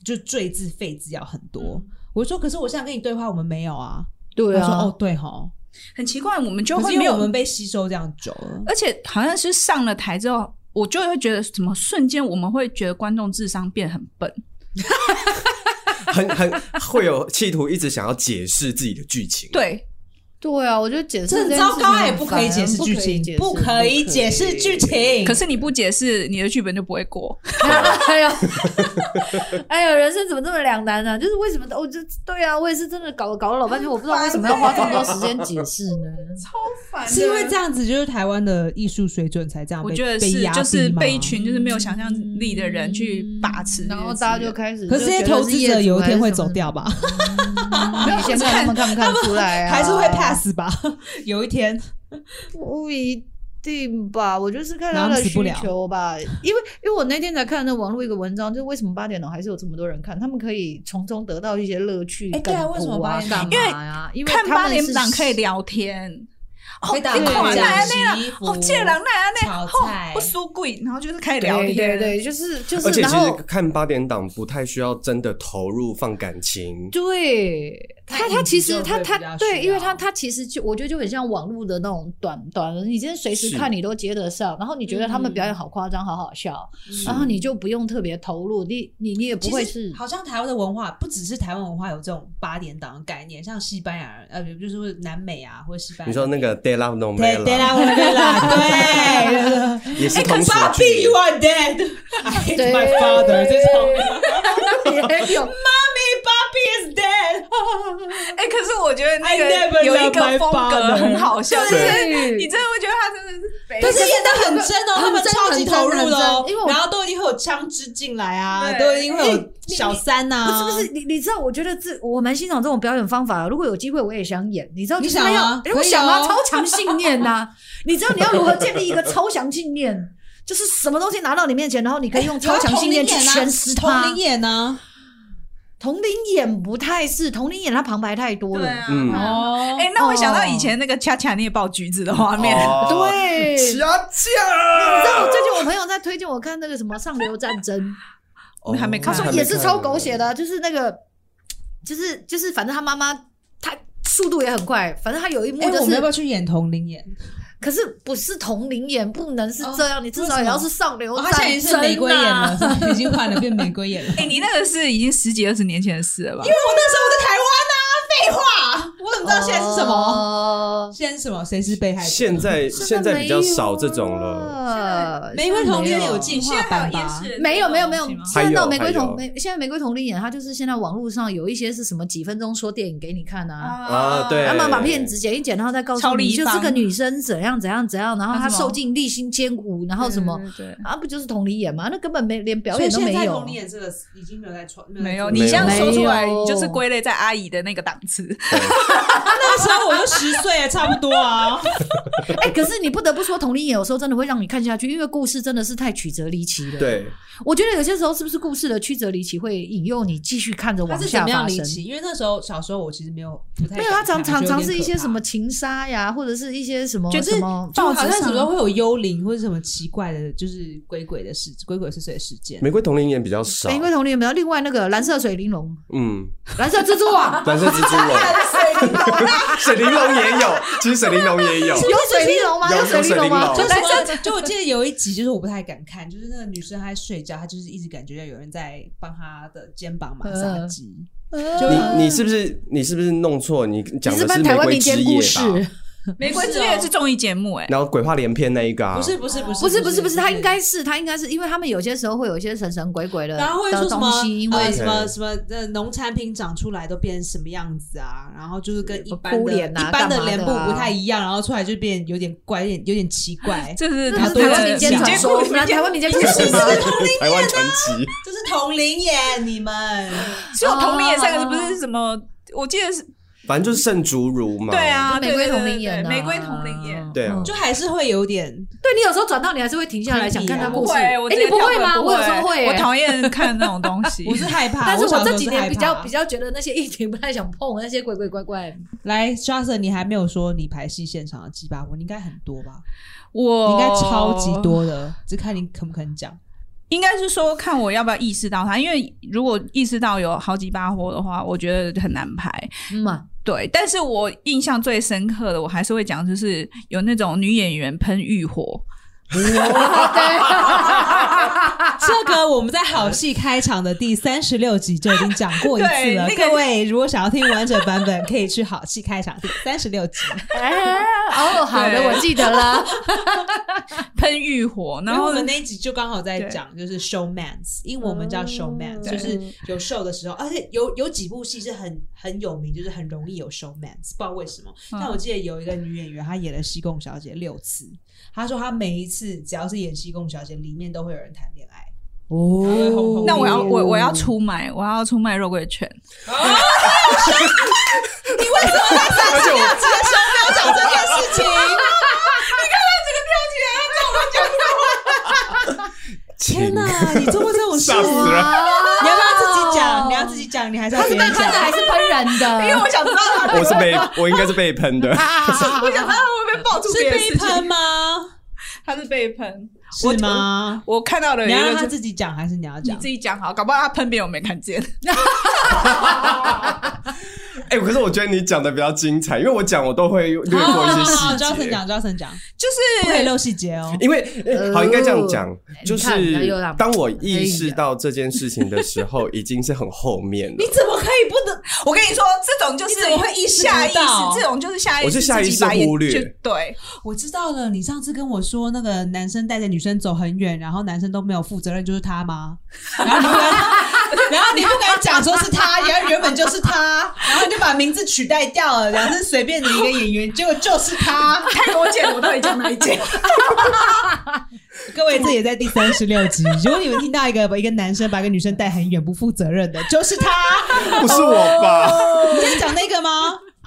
Speaker 3: 就赘字废字要很多。我说，可是我现在跟你对话，我们没有啊。
Speaker 2: 对
Speaker 3: 他说
Speaker 2: 啊
Speaker 3: 哦，，对哈，
Speaker 4: 很奇怪，我们就
Speaker 3: 可是
Speaker 4: 会
Speaker 3: 因
Speaker 4: 没
Speaker 3: 为
Speaker 4: 有呃
Speaker 3: 我们被吸收这样久了。
Speaker 4: 而且好像是上了台之后，我就会觉得怎么瞬间我们会觉得观众智商变很笨。
Speaker 1: 很很会有企图一直想要解释自己的剧情。，
Speaker 4: 对，
Speaker 2: 对啊，我觉得解释
Speaker 3: 这很
Speaker 2: 件
Speaker 3: 糟
Speaker 2: 事情
Speaker 3: 糕，也
Speaker 2: 很
Speaker 3: 不可以
Speaker 2: 烦
Speaker 3: 解释剧情，不可以解释剧。情。
Speaker 4: 可是你不解释，你的剧本就不会过。
Speaker 2: 哎呦，哎呦，人生怎么这么两难呢、就是为什么都，我就对啊，我也是真的搞搞了老半天，我不知道为什么要花这么多时间解释呢？
Speaker 3: 是因为这样子，就是台湾的艺术水准才这样被，
Speaker 4: 我觉得
Speaker 3: 被
Speaker 4: 是
Speaker 3: 压低
Speaker 4: 就是
Speaker 3: 吗
Speaker 4: 被一群就是没有想象力的
Speaker 3: 嗯
Speaker 4: 人去把持
Speaker 2: 嗯
Speaker 4: 这件事，
Speaker 2: 然后大家就开始，
Speaker 3: 可是这些投资者有一天会走掉吧？
Speaker 2: 嗯没有先看他们看不看出来啊，
Speaker 3: 还是会 pass 吧？ 有一天，
Speaker 2: 不一定吧，我就是看
Speaker 3: 然
Speaker 2: 他
Speaker 3: 后
Speaker 2: 的
Speaker 3: 死不
Speaker 2: 需
Speaker 3: 了
Speaker 2: 求吧。因为因为我那天才看那网络一个文章，就是为什么八点档还是有这么多人看，他们可以从中得到一些乐趣。
Speaker 3: 哎对啊为什么八点档
Speaker 2: 因为因为
Speaker 4: 看
Speaker 2: 他
Speaker 4: 八
Speaker 2: 们
Speaker 4: 点
Speaker 2: 是
Speaker 4: 档可以聊天。哦，
Speaker 3: 会打
Speaker 4: 你看
Speaker 3: 麻
Speaker 4: 那安
Speaker 3: 将、
Speaker 4: 内啦
Speaker 3: 洗衣，服
Speaker 4: 哦，这人那安内，
Speaker 3: 炒
Speaker 4: 哦
Speaker 3: 菜，
Speaker 4: 不输贵，然后就是开始聊
Speaker 2: 对对
Speaker 4: 天，
Speaker 2: 对，就是就
Speaker 1: 而
Speaker 2: 是，
Speaker 1: 且
Speaker 2: 然
Speaker 1: 其
Speaker 2: 后
Speaker 1: 实看八点档不太需要真的投入放感情，
Speaker 2: 对他，
Speaker 3: 看
Speaker 2: 他
Speaker 3: 影集
Speaker 2: 其实
Speaker 3: 就
Speaker 2: 他
Speaker 3: 会
Speaker 2: 他
Speaker 3: 比较
Speaker 2: 对，
Speaker 3: 需
Speaker 2: 因为
Speaker 3: 要
Speaker 2: 他他其实就我觉得就很像网络的那种短短的，你今天随时
Speaker 1: 是
Speaker 2: 看你都接得上，然后你觉得他们表演
Speaker 3: 嗯
Speaker 2: 好夸张，好好笑，
Speaker 3: 是
Speaker 2: 然后你就不用特别投入，你你你也不
Speaker 3: 其
Speaker 2: 会
Speaker 3: 实
Speaker 2: 是
Speaker 3: 好像台湾的文化不只是台湾文化有这种八点档的概念，像西班牙人，呃，就是南美啊，或者西班牙人。
Speaker 1: 你说那个 De La
Speaker 3: 对
Speaker 1: Novela，
Speaker 3: 对啦，我对 啦，对。
Speaker 1: 也是
Speaker 3: 哎，可
Speaker 1: 同时
Speaker 3: 是 Papi, you are dead. I hate my father. 这种
Speaker 2: 也 有
Speaker 3: Papi is dead.
Speaker 4: 哎、可是我觉得那
Speaker 3: I
Speaker 4: 个
Speaker 3: never
Speaker 4: 有一
Speaker 3: loved
Speaker 4: 个
Speaker 3: my
Speaker 4: 风格
Speaker 3: father
Speaker 4: 很好笑，就
Speaker 2: 对
Speaker 4: 是你真的会觉得他真的是北，
Speaker 3: 可是演的很真哦，
Speaker 2: 很
Speaker 3: 他们
Speaker 2: 真
Speaker 3: 超级投入
Speaker 2: 很
Speaker 3: 的
Speaker 2: 真
Speaker 3: 哦
Speaker 2: 因为我，
Speaker 3: 然后都一定会有枪支进来啊，
Speaker 4: 对
Speaker 3: 都一定会有
Speaker 2: 你
Speaker 3: 小三呐、
Speaker 2: 不
Speaker 3: 啊，
Speaker 2: 是不是，你你知道，我觉得这我蛮欣赏这种表演方法。如果有机会，我也想演。你知道，
Speaker 3: 你
Speaker 2: 就是他
Speaker 3: 想
Speaker 2: 要
Speaker 3: 啊
Speaker 2: 哎
Speaker 3: 可
Speaker 2: 我
Speaker 3: 以
Speaker 2: 想啊，
Speaker 3: 哦
Speaker 2: 超强信念呐、 你知道你要如何建立一个超强信念，就是什么东西拿到你面前，然后你 可以
Speaker 4: 哎
Speaker 2: 用超强信念去诠释它。
Speaker 3: 啊
Speaker 4: 啊
Speaker 3: 同龄啊演呢、
Speaker 2: 同龄演不太是，同龄演他旁白太多
Speaker 4: 对
Speaker 2: 了。
Speaker 4: 啊，
Speaker 1: 嗯
Speaker 4: 哎、
Speaker 3: 哦
Speaker 4: 那我想到以前那个恰恰捏爆橘子的画面，
Speaker 1: 哦，
Speaker 2: 对，你知道
Speaker 1: 恰恰，
Speaker 2: 最近我朋友在推荐我看那个什么《上流战争》，
Speaker 1: 哦
Speaker 4: 还没
Speaker 2: 他
Speaker 4: 看
Speaker 2: 说
Speaker 4: 还
Speaker 2: 也是超狗血的，啊就是那个，就是就是，反正他妈妈他速度也很快，反正他有一幕
Speaker 3: 哎、
Speaker 2: 就
Speaker 3: 我们要
Speaker 2: 是
Speaker 3: 不要去演同龄演？
Speaker 2: 可是不是同龄演，不能是这样，你至少也要是上流
Speaker 3: 哦，
Speaker 2: 战
Speaker 3: 他现在已经是
Speaker 2: 争
Speaker 3: 玫瑰演
Speaker 2: 啊！
Speaker 3: 了， 已经换了变玫瑰演了。
Speaker 4: 哎、你那个是已经十几二十年前的事了吧？
Speaker 3: 因为我那时候我在台湾啊呐、废话，我怎么知道现在是什么？
Speaker 2: 哦么？
Speaker 3: 现在是什么？谁是被害者？
Speaker 1: 现在
Speaker 2: 真的
Speaker 1: 现在比较
Speaker 2: 没有啊
Speaker 1: 少这种了，
Speaker 2: 了
Speaker 3: 玫瑰童年有进
Speaker 4: 现
Speaker 3: 化
Speaker 4: 在还
Speaker 3: 版
Speaker 4: 有
Speaker 3: 吧？
Speaker 4: 夜市
Speaker 2: 没有没有没有
Speaker 4: 这种东，西吗
Speaker 2: 现在到
Speaker 1: 还
Speaker 2: 玫
Speaker 1: 有还
Speaker 2: 瑰
Speaker 1: 有
Speaker 2: 童玫现在玫瑰童龄演，他就是现在网络上有一些是什么几分钟说电影给你看
Speaker 3: 哦
Speaker 2: 啊，
Speaker 1: 啊对
Speaker 2: 他们把片子剪一剪，然后再告诉
Speaker 4: 超立
Speaker 2: 你，就这
Speaker 4: 方
Speaker 2: 个女生怎样怎样怎样，然后她
Speaker 4: 她什么
Speaker 2: 受尽历经艰苦，然后什么、
Speaker 4: 对对对
Speaker 2: 啊，不就是同理演吗？那根本没连表
Speaker 3: 嗯所以
Speaker 2: 演都
Speaker 3: 现
Speaker 2: 没
Speaker 3: 在
Speaker 2: 有
Speaker 3: 同龄。演这个已经没有在传，
Speaker 4: 没有，
Speaker 1: 没
Speaker 4: 你
Speaker 1: 有
Speaker 4: 这样说出来，
Speaker 2: 没有
Speaker 4: 你就是归类在阿姨的那个档次。
Speaker 1: 对
Speaker 2: 啊
Speaker 3: 那时候我就十岁，差不多啊。
Speaker 2: 哎、可是你不得不说，同理演有时候真的会让你看下去，因为故事真的是太曲折离奇了。，
Speaker 1: 对，
Speaker 2: 我觉得有些时候是不是故事的曲折离奇会引诱你继续看着
Speaker 3: 他
Speaker 2: 往
Speaker 3: 是怎
Speaker 2: 下
Speaker 3: 么样
Speaker 2: 发
Speaker 3: 离
Speaker 2: 生？
Speaker 3: 奇？因为那时候小时候我其实没有不太
Speaker 2: 没有，他
Speaker 3: 敢
Speaker 2: 常
Speaker 3: 看
Speaker 2: 常
Speaker 3: 觉得
Speaker 2: 常
Speaker 3: 有点
Speaker 2: 是一些
Speaker 3: 可怕
Speaker 2: 什么情杀呀，或者是一些什么
Speaker 3: 就是
Speaker 2: 什么
Speaker 3: 就
Speaker 2: 报
Speaker 3: 好
Speaker 2: 纸
Speaker 3: 像
Speaker 2: 上
Speaker 3: 什么会有幽灵或者什么奇怪的，就是鬼鬼的事，鬼鬼祟祟的事件。
Speaker 1: 玫瑰同龄演比较少，
Speaker 2: 玫瑰童年，然后另外那个蓝色水玲 珑、
Speaker 1: 嗯，、
Speaker 2: 蓝色蜘蛛网
Speaker 1: 蓝色蜘蛛 网，水玲珑也有，其实水玲珑也有，
Speaker 2: 有水玲珑吗？
Speaker 1: 有
Speaker 2: 水玲珑吗
Speaker 1: 有水
Speaker 3: 就是
Speaker 1: 玲珑？
Speaker 3: 什么就我记得有一集，就是我不太敢看，就是那个女生她在睡觉，她就是一直感觉到有人在帮她的肩膀
Speaker 2: 呃
Speaker 3: 马杀鸡。就
Speaker 1: 你你是不是你是不是弄错？你讲
Speaker 2: 你
Speaker 1: 的
Speaker 2: 搬
Speaker 1: 玫
Speaker 2: 台湾
Speaker 1: 瑰
Speaker 2: 民
Speaker 1: 之
Speaker 2: 间
Speaker 1: 夜
Speaker 2: 故事？
Speaker 1: 吧？
Speaker 4: 玫瑰之夜是综艺节目、哎，
Speaker 1: 然后鬼话连篇那一个啊，
Speaker 3: 不是不是不是
Speaker 2: 不是不是不是，他应该是他应该是，因为他们有些时候会有一些神神鬼鬼的
Speaker 3: 然后会说
Speaker 2: 的
Speaker 3: 什
Speaker 2: 东
Speaker 3: 么
Speaker 2: 西，因
Speaker 3: 呃
Speaker 2: 为
Speaker 1: 对
Speaker 3: 什么什么呃农产品长出来都变成什么样子啊？然后就是跟一般
Speaker 2: 哭
Speaker 3: 的
Speaker 2: 脸啊
Speaker 3: 一般
Speaker 2: 干嘛的啊
Speaker 3: 脸部不太一样，然后出来就变有点怪，有点有点奇怪。
Speaker 4: 这是
Speaker 2: 这
Speaker 4: 他
Speaker 2: 是
Speaker 4: 对
Speaker 2: 台湾
Speaker 4: 这
Speaker 2: 民间
Speaker 4: 民
Speaker 2: 传
Speaker 4: 间
Speaker 2: 说
Speaker 4: 故，
Speaker 2: 那
Speaker 4: 事。
Speaker 2: 台湾民间故事吗？
Speaker 1: 台
Speaker 3: 啊
Speaker 1: 湾传奇，
Speaker 3: 这是同龄眼，你们
Speaker 4: 只有同龄演三个字，不是什么？我记得是
Speaker 1: 反正就是圣竹如嘛。
Speaker 4: 对啊，
Speaker 2: 玫瑰
Speaker 4: 对对对
Speaker 2: 同龄演啊，
Speaker 4: 对玫瑰同龄演。
Speaker 1: 对啊
Speaker 2: 嗯
Speaker 3: 就还是会有点
Speaker 2: 对你有时候转到你还是会停下来
Speaker 3: Creepy
Speaker 2: 想看他
Speaker 3: 啊
Speaker 2: 故
Speaker 4: 不
Speaker 2: 事，
Speaker 4: 会，
Speaker 2: 哎，
Speaker 4: 我
Speaker 2: 你
Speaker 4: 不
Speaker 2: 会吗？我
Speaker 4: 我
Speaker 2: 有时候会，
Speaker 4: 我
Speaker 2: 哎
Speaker 4: 讨厌看那种东西。
Speaker 3: 我是害怕，
Speaker 2: 但是
Speaker 3: 我
Speaker 2: 我这几年比较比
Speaker 3: 较
Speaker 2: 较觉得那些议题不太想碰，那些鬼鬼怪怪。
Speaker 3: 来，Jason，你还没有说你排戏现场的鸡巴，我应该很多吧？
Speaker 4: 我
Speaker 2: 哦
Speaker 3: 你应该超级，多的，只看你肯不肯讲。
Speaker 4: 应该是说看我要不要意识到它，因为如果意识到有好几把火的话，我觉得很难排。
Speaker 2: 嗯嘛，
Speaker 4: 对，但是我印象最深刻的，我还是会讲，就是有那种女演员喷浴火，
Speaker 3: 这个我们在好戏开场的第三十六集就已经讲过一次了。
Speaker 4: 对那个
Speaker 3: 各位如果想要听完整版本，可以去好戏开场第 三十六集。
Speaker 2: 哎哦，好的，
Speaker 4: 对
Speaker 2: 我记得了。
Speaker 4: 喷浴火，
Speaker 3: 然
Speaker 4: 然
Speaker 3: 后
Speaker 4: 后
Speaker 3: 我
Speaker 4: 呢
Speaker 3: 们那一集就刚好在讲就是 showman's，英文我们叫
Speaker 4: 嗯
Speaker 3: showman，、
Speaker 2: 对
Speaker 3: 就是有 show 的时候，而且有有几部戏是很很有名，就是很容易有 showman's，不知道为什么。
Speaker 4: 嗯
Speaker 3: 但我记得有一个女演员，她演了《西贡小姐》六次，她说她每一次只要是演《西贡小姐》，里面都会有人谈恋爱。
Speaker 2: 哦
Speaker 4: 那我要我我要出卖，我要出卖肉桂犬。
Speaker 1: 而且我
Speaker 3: 记得小淼讲这件事情，
Speaker 1: 天
Speaker 3: 哪，你做过这种事？
Speaker 1: 吓死
Speaker 3: 你
Speaker 1: 人！
Speaker 3: 要不要自己讲？你要自己讲，你还是要
Speaker 2: 他是
Speaker 3: 别人
Speaker 2: 被
Speaker 3: 讲
Speaker 2: 喷的还是是喷人的，，
Speaker 4: 因为我想知道他，
Speaker 1: 我是被我应该是被 喷的哎
Speaker 2: 啊
Speaker 4: 我想知道他 会不会爆出
Speaker 3: 是
Speaker 4: 别的事
Speaker 3: 被喷
Speaker 4: 情。
Speaker 3: 吗？
Speaker 4: 他是被喷，我
Speaker 3: 是吗？
Speaker 4: 我看到的
Speaker 3: 你
Speaker 4: 有
Speaker 3: 要
Speaker 4: 一
Speaker 3: 让
Speaker 4: 个
Speaker 3: 他
Speaker 4: 就是
Speaker 3: 自己讲，还是你要
Speaker 4: 你
Speaker 3: 讲？
Speaker 4: 自己讲好，搞不好他喷别人我没 看见。
Speaker 1: 哎、可是我觉得你讲的比较精彩，因为我讲我都会略过一些细节。
Speaker 3: Johnson 哦讲，Johnson 讲，
Speaker 4: 就是
Speaker 3: 不可以漏细节哦。
Speaker 1: 因为呃好，应该这样讲，就
Speaker 2: 呃你看那
Speaker 1: 是
Speaker 2: 又让哎
Speaker 1: 当我意识到这件事情的时候，已经是很后面了。
Speaker 3: 怎么可以不能？
Speaker 4: 哎我跟你说，这种就是
Speaker 3: 你怎么会意识不到
Speaker 4: 下意识，这种就是下意识，
Speaker 1: 我是下意识
Speaker 4: 自己把眼
Speaker 1: 忽略
Speaker 4: 就对，
Speaker 3: 我知道了，你上次跟我说那个男生带着女生走很远，然后男生都没有负责任，就是他吗？ 然后你不敢，然后你不敢讲说是他，然后原本就是他，然后你就把名字取代掉了，然后是随便你一个演员，结果就是他。
Speaker 4: 太多见了，我到底讲哪 一件？
Speaker 3: 各位，这也在第三十六集。如果你们听到一个一个男生把一个女生带很远不负责任的，就是他。
Speaker 1: 不是我吧？
Speaker 3: 你在讲那个吗？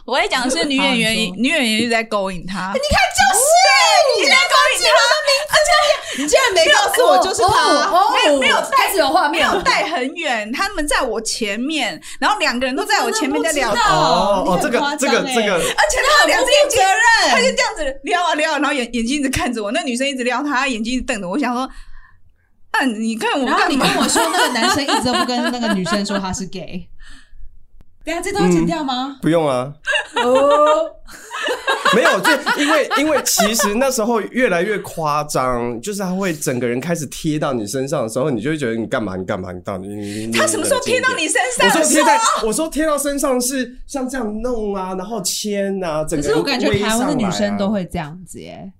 Speaker 4: 我也讲的是女演 员
Speaker 3: 好你，说
Speaker 4: 女演员一直在勾引他。
Speaker 3: 就是你在勾引他，而且你竟然没告诉我就是他。
Speaker 2: 哦
Speaker 4: 没有没有
Speaker 2: 开始有画
Speaker 4: 没
Speaker 2: 面
Speaker 4: 有
Speaker 2: 了，
Speaker 4: 带很远，他们在我前面，然后两个人都在我前面在聊
Speaker 3: 我真的不知
Speaker 4: 天，
Speaker 3: 道
Speaker 1: 哦
Speaker 3: 你
Speaker 1: 哦，
Speaker 3: 很
Speaker 1: 这个
Speaker 3: 夸
Speaker 1: 这
Speaker 3: 张
Speaker 1: 个
Speaker 3: 欸
Speaker 1: 这个，
Speaker 4: 而且他两只眼睛，
Speaker 3: 任
Speaker 4: 他就这样子撩啊撩啊，然后眼眼睛一直看着我，那女生一直撩他，她眼睛一直瞪着我，我想说，啊，你看我
Speaker 3: 然后
Speaker 4: 干
Speaker 3: 你
Speaker 4: 嘛
Speaker 3: 跟？我说那个男生一直都不跟那个女生说他是 gay，等一下这段要剪掉吗？
Speaker 1: 不用啊。哦，没有，就因为因为其实那时候越来越夸张，就是他会整个人开始贴到你身上的时候，你就会觉得你干嘛你干嘛你到底你你
Speaker 4: 他什么时候贴到？
Speaker 1: 你
Speaker 4: 你身
Speaker 1: 冷
Speaker 4: 上？
Speaker 1: 静一点我说贴在，我说贴到身上是像这样弄啊，然后牵啊，整
Speaker 3: 可
Speaker 1: 个
Speaker 3: 是
Speaker 1: 人
Speaker 3: 我感觉
Speaker 1: 微
Speaker 3: 台湾的
Speaker 1: 上来
Speaker 3: 女
Speaker 1: 啊
Speaker 3: 生都会这样子耶，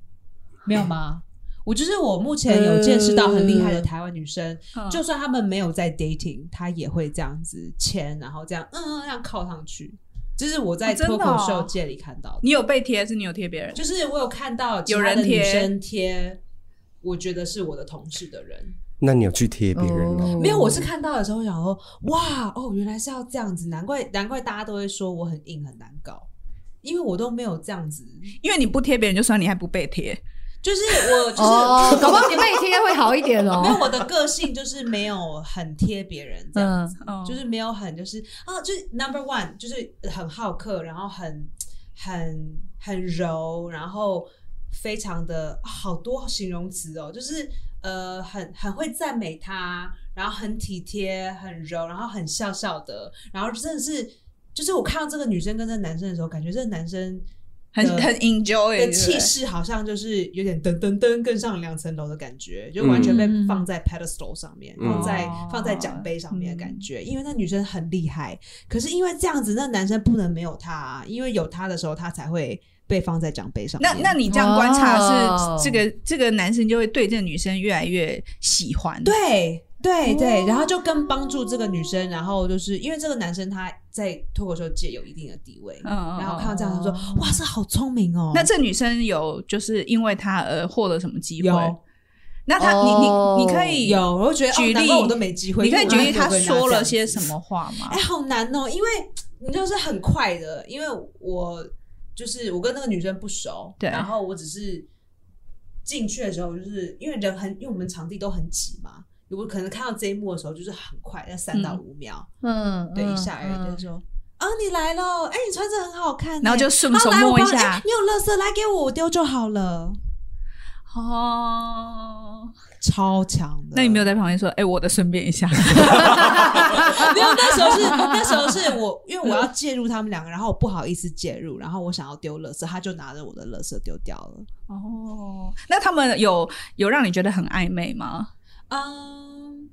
Speaker 3: 没有吗？我就是我目前
Speaker 1: 呃
Speaker 3: 有见识到很厉害的台湾女生，
Speaker 4: 嗯
Speaker 3: 就算她们没有在 dating，她也会这样子牵，然后这样嗯嗯这样靠上去。这是我在
Speaker 4: 哦真的
Speaker 3: 脱
Speaker 4: 哦
Speaker 3: 口秀界里看到的，
Speaker 4: 你有被贴还是你有贴别人？
Speaker 3: 就是我有看到其
Speaker 4: 有
Speaker 3: 他
Speaker 4: 人
Speaker 3: 的女
Speaker 4: 贴
Speaker 3: 生贴，我觉得是我的同事的人，
Speaker 1: 啊那你有去贴别人吗？
Speaker 3: 没有，我是看到的时候想说，哇，哦，原来是要这样子，难怪难怪大家都会说我很硬很难搞，因为我都没有这样子，
Speaker 4: 因为你不贴别人就算，你还不被贴。
Speaker 3: 就是我 就是、
Speaker 2: 哦，搞不好你被贴会好一点
Speaker 3: 没有
Speaker 2: 哦。
Speaker 3: 我的个性就是没有很贴别人这样子，
Speaker 4: 嗯嗯
Speaker 3: 就是没有很就是啊，就是 number one 就是很好客，然后很很很柔，然后非常的啊好多形容词哦，就是呃很很会赞美他，然后很体贴，很柔，然后很笑笑的，然后真的是。就是我看到这个女生跟这个男生的时候，感觉这个男生
Speaker 4: 很
Speaker 3: 的
Speaker 4: 很 enjoy 对
Speaker 3: 的
Speaker 4: 不对
Speaker 3: 气势好像就是有点噔噔噔更上两层楼的感觉，就完全被
Speaker 2: 嗯
Speaker 3: 放在 pedestal 上面，
Speaker 1: 嗯
Speaker 3: 放在
Speaker 4: 哦嗯
Speaker 3: 放在奖杯上面的感觉。因为那女生很厉害，可是因为这样子，那男生不能没有她、啊，因为有她的时候，她才会被放在奖杯上
Speaker 4: 那
Speaker 3: 面。
Speaker 4: 那你这样观察
Speaker 2: 哦
Speaker 4: 是这个这个男生就会对这个女生越来越喜欢，，
Speaker 3: 对对对，
Speaker 2: 哦
Speaker 3: 然后就更帮助这个女生，然后就是因为这个男生他在脱口秀界有一定的地位，
Speaker 4: 嗯嗯
Speaker 3: 然后看到这样，他
Speaker 2: 哦
Speaker 3: 说：“哇，这好聪明哦。”
Speaker 4: 那这女生有就是因为他而获得什么机会？
Speaker 3: 有
Speaker 4: 那他、
Speaker 2: 哦
Speaker 4: 你你你可以
Speaker 3: 有，我就觉得
Speaker 4: 举
Speaker 3: 哦，
Speaker 4: 例
Speaker 3: 难怪我都没机会。
Speaker 4: 你可以
Speaker 3: 因为我
Speaker 4: 举例
Speaker 3: 没有
Speaker 4: 他
Speaker 3: 跟人家
Speaker 4: 说
Speaker 3: 这
Speaker 4: 了
Speaker 3: 样
Speaker 4: 些
Speaker 3: 子
Speaker 4: 什么话吗？
Speaker 3: 哎、好难哦，因为你就是很快的，因为我就是我跟那个女生不熟，
Speaker 4: 对
Speaker 3: 然后我只是进去的时候，就是因为人很，因为我们场地都很挤嘛，我可能看到这一幕的时候，就是很快，在三到五秒，
Speaker 2: 嗯，
Speaker 3: 对，一下而已，就是说。啊、你来了！哎、你穿着很好看欸、
Speaker 4: 然后就顺手
Speaker 3: 啊来我
Speaker 4: 摸一
Speaker 3: 帮你
Speaker 4: 下
Speaker 3: 哎你有垃圾来给我，我丢就好了。
Speaker 4: 哦，
Speaker 3: 超强的。
Speaker 4: 那你没有在旁边说，哎、我的顺 便一下，
Speaker 3: 没有，那时候是那时候是我，因为我要介入他们两个，然后我不好意思介入，然后我想要丢垃圾，他就拿着我的垃圾丢掉了。
Speaker 4: 哦，那他们有有让你觉得很暧昧吗？
Speaker 3: 嗯，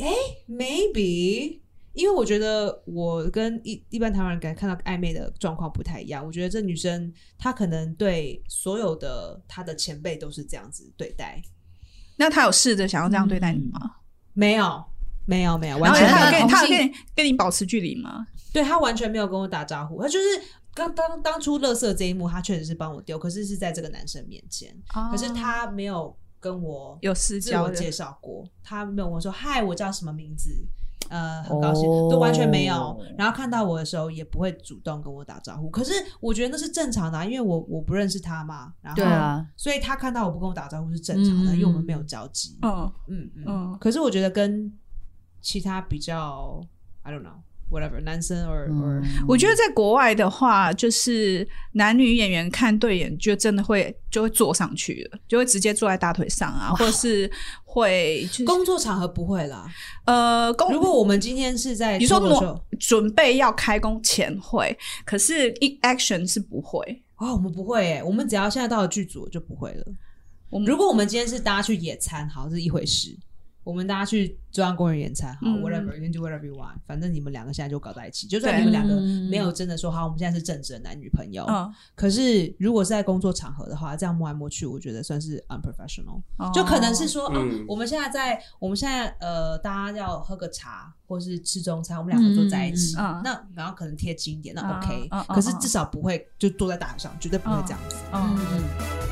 Speaker 3: 哎，maybe，因为我觉得我跟一一般台湾人感看到暧昧的状况不太一样。我觉得这女生她可能对所有的她的前辈都是这样子对待，
Speaker 4: 那他有试着想要这样对待你吗？
Speaker 3: 没有，没有，没有，
Speaker 4: 然
Speaker 3: 嗯完
Speaker 4: 后
Speaker 3: 全
Speaker 2: 然
Speaker 3: 没
Speaker 4: 他
Speaker 3: 有
Speaker 2: 完全同
Speaker 4: 有。跟你他有
Speaker 2: 性
Speaker 4: 跟你跟你保持距离吗？
Speaker 3: 对他完全没有跟我打招呼，他就是刚当当初乐色这一幕，他确实是帮我丢，可是是在这个男生面前，
Speaker 2: 哦
Speaker 3: 可是他没有跟我
Speaker 4: 有私
Speaker 3: 自
Speaker 4: 交
Speaker 3: 我
Speaker 4: 的
Speaker 3: 介绍过，他没有跟我说嗨，我叫什么名字。呃，很
Speaker 2: 哦
Speaker 3: 高兴都完全没有。然后看到我的时候，也不会主动跟我打招呼。可是我觉得那是正常的、啊，因为我我不认识他嘛。然后，
Speaker 2: 对啊，
Speaker 3: 所以他看到我不跟我打招呼是正常的，
Speaker 2: 嗯
Speaker 3: 因为我们没有交集。
Speaker 4: 嗯
Speaker 3: 嗯嗯
Speaker 4: 嗯
Speaker 3: 可是我觉得跟其他比较，I don't know， whatever 男生 or
Speaker 4: 嗯
Speaker 3: or
Speaker 4: 我觉得在国外的话，就是男女演员看对眼，就真的会就会坐上去了，就会直接坐在大腿上啊，
Speaker 3: 哦
Speaker 4: 或者是会就是
Speaker 3: 工作场合不会啦。
Speaker 4: 呃公
Speaker 3: 如果我们今天是在
Speaker 4: 你说
Speaker 3: 脱口秀
Speaker 4: 挪准备要开工前会，可是一 action 是不会。
Speaker 3: 哦，我们不会诶，我们只要现在到了剧组就不会了。
Speaker 4: 我们
Speaker 3: 如果我们今天是大家去野餐，好是一回事；我们大家去中央公园野餐，好、
Speaker 4: 嗯
Speaker 3: w h a t e v e r you can do whatever you want，反正你们两个现在就搞在一起。就
Speaker 4: 对
Speaker 3: 算你们两个
Speaker 2: 嗯
Speaker 3: 没有真的说好，我们现在是正直的男女朋友，
Speaker 4: 嗯，
Speaker 3: 可是如果是在工作场合的话，这样摸来摸去，我觉得算是 unprofessional。
Speaker 4: 哦
Speaker 3: 就可能是说，啊
Speaker 1: 嗯
Speaker 3: 我们现在在，我们现在呃，大家要喝个茶或是吃中餐，我们两个坐在一起，
Speaker 4: 嗯嗯嗯
Speaker 3: 那然后可能贴近一点，那
Speaker 4: 嗯
Speaker 3: OK，、
Speaker 4: 嗯嗯
Speaker 3: 可是
Speaker 4: 嗯
Speaker 3: 至少不会就坐在大腿上，绝对不会这样子。
Speaker 4: 嗯
Speaker 3: 嗯